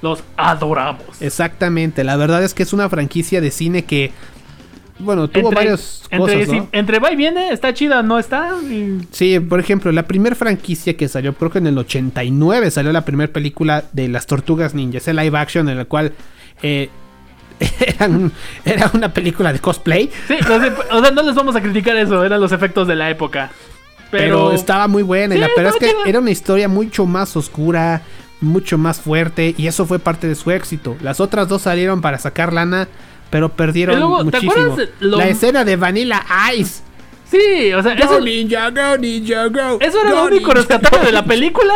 [SPEAKER 4] Los adoramos.
[SPEAKER 3] Exactamente, la verdad es que es una franquicia de cine que, bueno, tuvo varias cosas,
[SPEAKER 4] entre, sí,
[SPEAKER 3] ¿no?
[SPEAKER 4] entre va y viene, está chida, no está. y-
[SPEAKER 3] Sí, por ejemplo, la primera franquicia que salió, creo que en el 89 salió la primera película de las Tortugas Ninja, ese live action en el cual eh, (laughs) eran- era una película de cosplay,
[SPEAKER 4] Sí, no sé, o sea, no les vamos a criticar eso, eran los efectos de la época.
[SPEAKER 3] pero,
[SPEAKER 4] Pero,
[SPEAKER 3] estaba muy buena. y
[SPEAKER 4] Sí,
[SPEAKER 3] la verdad es
[SPEAKER 4] estaba
[SPEAKER 3] que
[SPEAKER 4] chida.
[SPEAKER 3] era una historia mucho más oscura, mucho más fuerte, y eso fue parte de su éxito. Las otras dos salieron para sacar lana, pero perdieron
[SPEAKER 4] Y luego, ¿te
[SPEAKER 3] muchísimo.
[SPEAKER 4] acuerdas lo-
[SPEAKER 3] La escena de Vanilla Ice.
[SPEAKER 4] Sí, o sea,
[SPEAKER 3] Go
[SPEAKER 4] eso,
[SPEAKER 3] ninja, go ninja, go.
[SPEAKER 4] eso era
[SPEAKER 3] Go
[SPEAKER 4] lo único
[SPEAKER 3] ninja,
[SPEAKER 4] rescatable
[SPEAKER 3] go
[SPEAKER 4] de la película.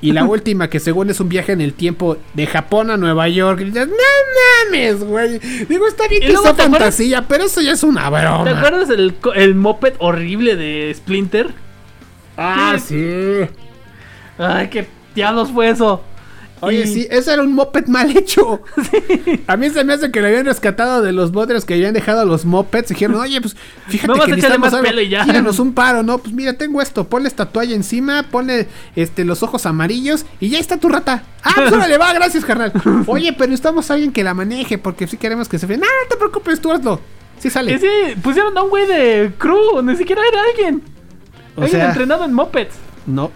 [SPEAKER 3] Y
[SPEAKER 4] (laughs)
[SPEAKER 3] la última, que según es un viaje en el tiempo de Japón a Nueva York. Y dices, no mames, güey. Digo, está bien
[SPEAKER 4] Y
[SPEAKER 3] que
[SPEAKER 4] luego,
[SPEAKER 3] sea
[SPEAKER 4] ¿te acuerdas?
[SPEAKER 3] fantasía, pero eso ya es una
[SPEAKER 4] ¿Te
[SPEAKER 3] broma.
[SPEAKER 4] acuerdas el, co- el moped horrible de Splinter?
[SPEAKER 3] Ah, sí.
[SPEAKER 4] Ay, qué diablos fue eso.
[SPEAKER 3] Oye,
[SPEAKER 4] Y-
[SPEAKER 3] sí, ese era un moped mal
[SPEAKER 4] (laughs)
[SPEAKER 3] hecho. A mí se me hace que lo habían rescatado de los bodres que habían dejado a los mopeds. Y dijeron, oye, pues fíjate
[SPEAKER 4] Nomás
[SPEAKER 3] que
[SPEAKER 4] échale
[SPEAKER 3] necesitamos
[SPEAKER 4] más
[SPEAKER 3] algo.
[SPEAKER 4] pelo y ya.
[SPEAKER 3] Tíranos un paro, ¿no? Pues mira, tengo esto. Ponle esta toalla encima, ponle este, los ojos amarillos y ya está tu rata. Ah, pues órale, va, gracias,
[SPEAKER 4] (laughs)
[SPEAKER 3] carnal. Oye, pero necesitamos a alguien que la maneje porque sí queremos que se vea. No, no te preocupes, tú hazlo. Sí
[SPEAKER 4] Y
[SPEAKER 3] sale.
[SPEAKER 4] sí, pusieron a un güey de crew, ni siquiera era alguien.
[SPEAKER 3] O
[SPEAKER 4] alguien
[SPEAKER 3] sea,
[SPEAKER 4] entrenado en mopeds.
[SPEAKER 3] no,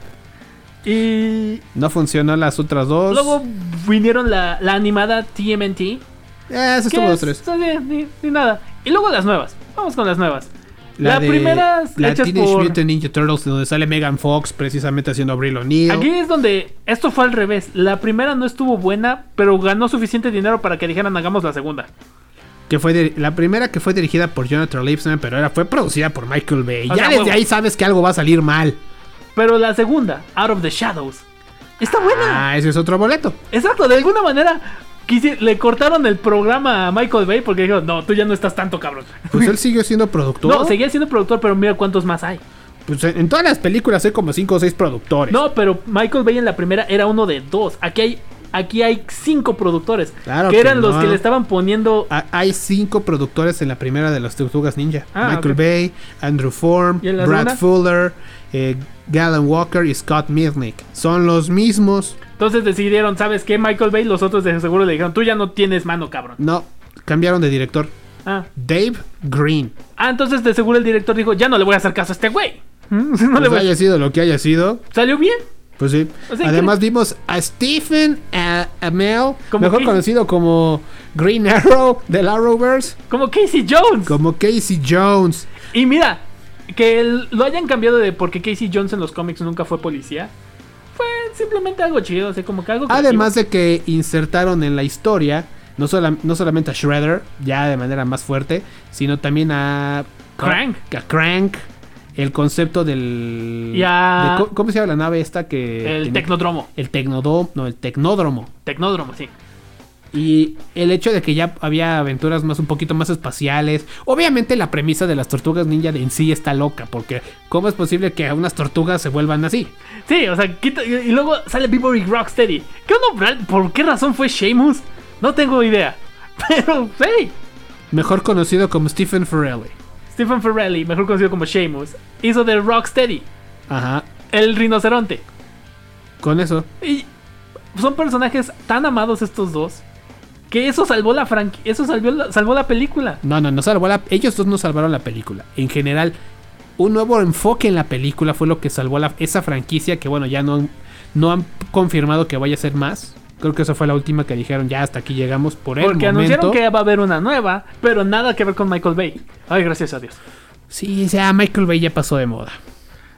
[SPEAKER 4] Y
[SPEAKER 3] no funcionó las otras dos.
[SPEAKER 4] luego vinieron la, la animada TMNT.
[SPEAKER 3] Eh, eso estuvo
[SPEAKER 4] que
[SPEAKER 3] dos, tres.
[SPEAKER 4] es- ni- ni- ni nada. Y luego las nuevas. Vamos con las nuevas. la
[SPEAKER 3] de-
[SPEAKER 4] primera
[SPEAKER 3] la
[SPEAKER 4] hechas
[SPEAKER 3] Teenage
[SPEAKER 4] por-
[SPEAKER 3] Mutant Ninja Turtles donde sale Megan Fox precisamente haciendo a Abril O'Neil.
[SPEAKER 4] Aquí es donde esto fue al revés. La primera no estuvo buena, pero ganó suficiente dinero para que dijeran hagamos la segunda.
[SPEAKER 3] que fue dir- la primera que fue dirigida por Jonathan Lipson, pero era fue producida por Michael Bay.
[SPEAKER 4] O
[SPEAKER 3] ya
[SPEAKER 4] sea,
[SPEAKER 3] desde
[SPEAKER 4] huevo.
[SPEAKER 3] ahí sabes que algo va a salir mal.
[SPEAKER 4] Pero la segunda, Out of the Shadows, está buena.
[SPEAKER 3] Ah, ese es otro boleto.
[SPEAKER 4] Exacto, de alguna manera quisi- le cortaron el programa a Michael Bay porque dijo, no, tú ya no estás tanto cabrón.
[SPEAKER 3] Pues él siguió siendo productor.
[SPEAKER 4] (laughs) No, seguía siendo productor, pero mira cuántos más hay.
[SPEAKER 3] Pues en, en todas las películas hay como 5 o 6 productores.
[SPEAKER 4] No, pero Michael Bay en la primera era uno de dos. Aquí hay Aquí hay cinco productores.
[SPEAKER 3] Claro
[SPEAKER 4] que
[SPEAKER 3] que
[SPEAKER 4] eran los
[SPEAKER 3] no.
[SPEAKER 4] que le estaban poniendo.
[SPEAKER 3] A- Ah, Hay cinco productores en la primera de los Tortugas Ninja.
[SPEAKER 4] Ah,
[SPEAKER 3] Michael
[SPEAKER 4] ok.
[SPEAKER 3] Bay, Andrew Form,
[SPEAKER 4] ¿Y en la
[SPEAKER 3] Brad
[SPEAKER 4] segunda?
[SPEAKER 3] Fuller, eh, Galen Walker y Scott Mitnick. Son los mismos.
[SPEAKER 4] Entonces decidieron, ¿sabes qué? Michael Bay, los otros de seguro le dijeron, tú ya no tienes mano, cabrón.
[SPEAKER 3] No, cambiaron de director.
[SPEAKER 4] Ah,
[SPEAKER 3] Dave Green.
[SPEAKER 4] Ah, entonces de seguro el director dijo, ya no le voy a hacer caso a este güey. (laughs) ¿Mm? No le
[SPEAKER 3] Pues
[SPEAKER 4] voy a-
[SPEAKER 3] haya sido lo que haya sido.
[SPEAKER 4] Salió bien.
[SPEAKER 3] Pues sí.
[SPEAKER 4] O sea,
[SPEAKER 3] Además vimos a Stephen a- Amell,
[SPEAKER 4] Como
[SPEAKER 3] mejor
[SPEAKER 4] que-
[SPEAKER 3] conocido como Green Arrow del Arrowverse,
[SPEAKER 4] Como Casey Jones.
[SPEAKER 3] como Casey Jones.
[SPEAKER 4] Y mira, que el- lo hayan cambiado de porque Casey Jones en los cómics nunca fue policía. Fue simplemente algo chido, o sea, como que algo... creativo.
[SPEAKER 3] Además de que insertaron en la historia no, sola- no solamente a Shredder, ya de manera más fuerte, sino también a
[SPEAKER 4] Crank.
[SPEAKER 3] a Crank, el concepto del
[SPEAKER 4] Y a-
[SPEAKER 3] de co- ¿Cómo se llama la nave esta que
[SPEAKER 4] El
[SPEAKER 3] tenía-
[SPEAKER 4] tecnodromo.
[SPEAKER 3] el tecnodom- no, el tecnódromo?
[SPEAKER 4] Tecnódromo, sí.
[SPEAKER 3] Y el hecho de que ya había aventuras más un poquito más espaciales. Obviamente la premisa de las tortugas ninja en sí está loca, porque ¿cómo es posible que unas tortugas se vuelvan así?
[SPEAKER 4] Sí, o sea, quita- y, y luego sale Bieber y Rocksteady. ¿Qué onda, Brad? ¿Por qué razón fue Sheamus? No tengo idea. (laughs) Pero, hey,
[SPEAKER 3] Mejor conocido como Stephen Farrelly.
[SPEAKER 4] Stephen Ferrelli, mejor conocido como Sheamus, hizo de Rocksteady,
[SPEAKER 3] Ajá,
[SPEAKER 4] el rinoceronte.
[SPEAKER 3] con eso.
[SPEAKER 4] Y son personajes tan amados estos dos que eso salvó la franqui- eso salvó la, salvó la película.
[SPEAKER 3] No, no, no salvó la- ellos dos no salvaron la película. En general, un nuevo enfoque en la película fue lo que salvó la- esa franquicia que, bueno, ya no, no han confirmado que vaya a ser más. Creo que esa fue la última que dijeron, ya hasta aquí llegamos por el
[SPEAKER 4] Porque anunciaron
[SPEAKER 3] momento.
[SPEAKER 4] que va a haber una nueva, pero nada que ver con Michael Bay. Ay, gracias a Dios.
[SPEAKER 3] Sí, ya Michael Bay ya pasó de moda.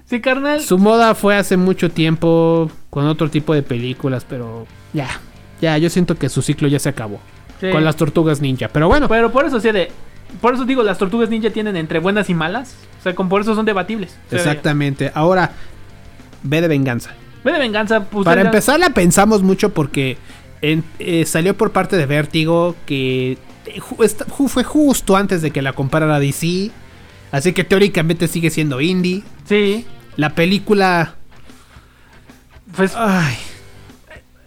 [SPEAKER 4] Sí, carnal.
[SPEAKER 3] Su moda fue hace mucho tiempo con otro tipo de películas, pero ya, ya, yo siento que su ciclo ya se acabó.
[SPEAKER 4] Sí.
[SPEAKER 3] Con las tortugas ninja. Pero bueno,
[SPEAKER 4] Pero por eso sí de. Por eso digo, las tortugas ninja tienen entre buenas y malas. O sea, con por eso son debatibles. O sea,
[SPEAKER 3] exactamente. Ahora, ve de venganza.
[SPEAKER 4] Ve de venganza, pues,
[SPEAKER 3] Para
[SPEAKER 4] era-
[SPEAKER 3] empezar, la pensamos mucho porque en- eh, salió por parte de Vértigo que eh, ju- esta- ju- fue justo antes de que la comparara a DC. Así que teóricamente sigue siendo indie.
[SPEAKER 4] Sí.
[SPEAKER 3] La película.
[SPEAKER 4] Pues
[SPEAKER 3] Ay,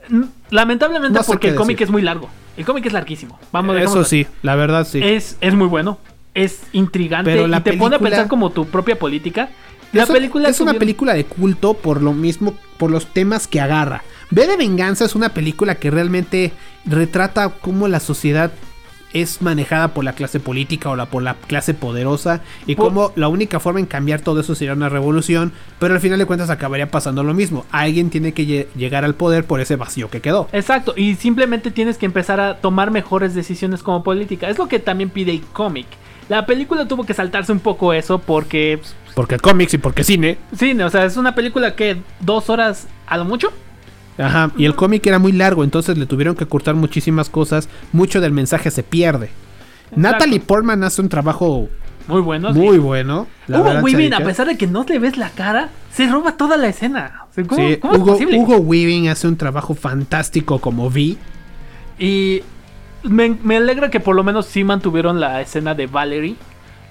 [SPEAKER 4] n- lamentablemente
[SPEAKER 3] No sé
[SPEAKER 4] porque
[SPEAKER 3] qué
[SPEAKER 4] el cómic
[SPEAKER 3] decir.
[SPEAKER 4] es muy largo. El cómic es larguísimo. Vamos dejémoslo
[SPEAKER 3] eso
[SPEAKER 4] así.
[SPEAKER 3] sí, la verdad sí.
[SPEAKER 4] es, es muy bueno, es intrigante
[SPEAKER 3] Pero la
[SPEAKER 4] y te pone a
[SPEAKER 3] película-
[SPEAKER 4] pensar como tu propia política. La
[SPEAKER 3] Es un-
[SPEAKER 4] película
[SPEAKER 3] es una
[SPEAKER 4] tuvieron-
[SPEAKER 3] película de culto por lo mismo, por los temas que agarra. Ve de Venganza es una película que realmente retrata cómo la sociedad es manejada por la clase política o la, por la clase poderosa y
[SPEAKER 4] Por-
[SPEAKER 3] cómo la única forma en cambiar todo eso sería una revolución, pero al final de cuentas acabaría pasando lo mismo. Alguien tiene que lle- llegar al poder por ese vacío que quedó.
[SPEAKER 4] Exacto, y simplemente tienes que empezar a tomar mejores decisiones como política. Es lo que también pide el cómic. La película tuvo que saltarse un poco eso porque, pues,
[SPEAKER 3] Porque cómics y porque cine.
[SPEAKER 4] sí, o sea, es una película que dos horas a lo mucho.
[SPEAKER 3] Ajá, y el cómic era muy largo, entonces le tuvieron que cortar muchísimas cosas, mucho del mensaje se pierde. Natalie Portman hace un trabajo
[SPEAKER 4] Muy bueno. sí.
[SPEAKER 3] muy bueno. la
[SPEAKER 4] Hugo
[SPEAKER 3] verdad,
[SPEAKER 4] Weaving,
[SPEAKER 3] se
[SPEAKER 4] a
[SPEAKER 3] dedica-
[SPEAKER 4] pesar de que no le ves la cara, se roba toda la escena. O sea, ¿cómo-
[SPEAKER 3] Sí,
[SPEAKER 4] cómo es
[SPEAKER 3] Hugo,
[SPEAKER 4] posible?
[SPEAKER 3] Hugo Weaving hace un trabajo fantástico como Vi.
[SPEAKER 4] Y me, me alegra que por lo menos sí mantuvieron la escena de Valerie,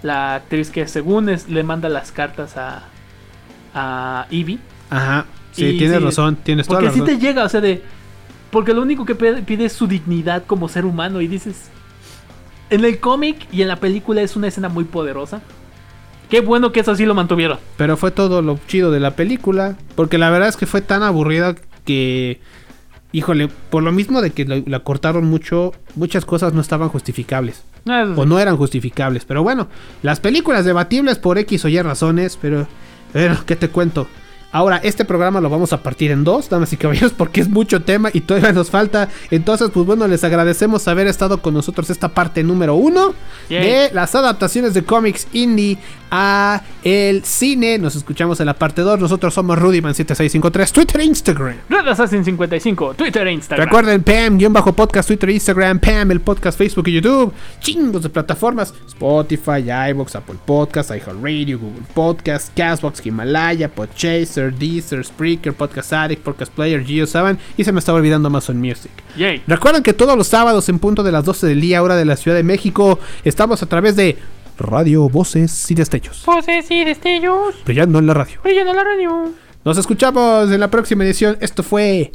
[SPEAKER 4] la actriz que según es- le manda las cartas a, a Evie.
[SPEAKER 3] Ajá, sí,
[SPEAKER 4] Y
[SPEAKER 3] tienes
[SPEAKER 4] sí,
[SPEAKER 3] razón, tienes toda
[SPEAKER 4] Porque
[SPEAKER 3] la
[SPEAKER 4] sí
[SPEAKER 3] razón.
[SPEAKER 4] te llega, o sea, de... Porque lo único que pe- pide es su dignidad como ser humano y dices... En el cómic y en la película es una escena muy poderosa. Qué bueno que eso sí lo mantuvieron.
[SPEAKER 3] Pero fue todo lo chido de la película, porque la verdad es que fue tan aburrida que... Híjole, por lo mismo de que la, la cortaron mucho, muchas cosas no estaban justificables.
[SPEAKER 4] Ah, eso sí.
[SPEAKER 3] o no eran justificables. Pero bueno, las películas debatibles por X o Y razones, pero, bueno, ¿qué te cuento? Ahora, este programa lo vamos a partir en dos, damas y caballeros, porque es mucho tema y todavía nos falta. Entonces, pues bueno, les agradecemos haber estado con nosotros esta parte número uno
[SPEAKER 4] Yay.
[SPEAKER 3] de las adaptaciones de cómics indie a el cine. Nos escuchamos en la parte 2. Nosotros somos Rudyman7653, Twitter e Instagram.
[SPEAKER 4] Red Assassin 55, Twitter e Instagram.
[SPEAKER 3] Recuerden, Pam-podcast, Twitter, Instagram, Pam, el podcast, Facebook y YouTube. Chingos de plataformas. Spotify, iVoox, Apple Podcast, iHeartRadio, Google Podcast, Castbox, Himalaya, Podchaser, Deezer, Spreaker, Podcast Addict, Podcast Player, GeoSaban. Y se me estaba olvidando Amazon Music.
[SPEAKER 4] Yay.
[SPEAKER 3] Recuerden que todos los sábados en punto de las 12 del día, hora de la Ciudad de México, estamos a través de Radio Voces Sin Destellos.
[SPEAKER 4] Voces y destellos,
[SPEAKER 3] Brillando en la radio.
[SPEAKER 4] brillando en la radio.
[SPEAKER 3] Nos escuchamos en la próxima edición. Esto fue...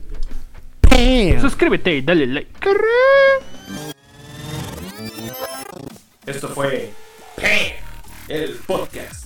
[SPEAKER 3] Damn.
[SPEAKER 4] Suscríbete y dale like.
[SPEAKER 2] Esto fue PAM, el podcast.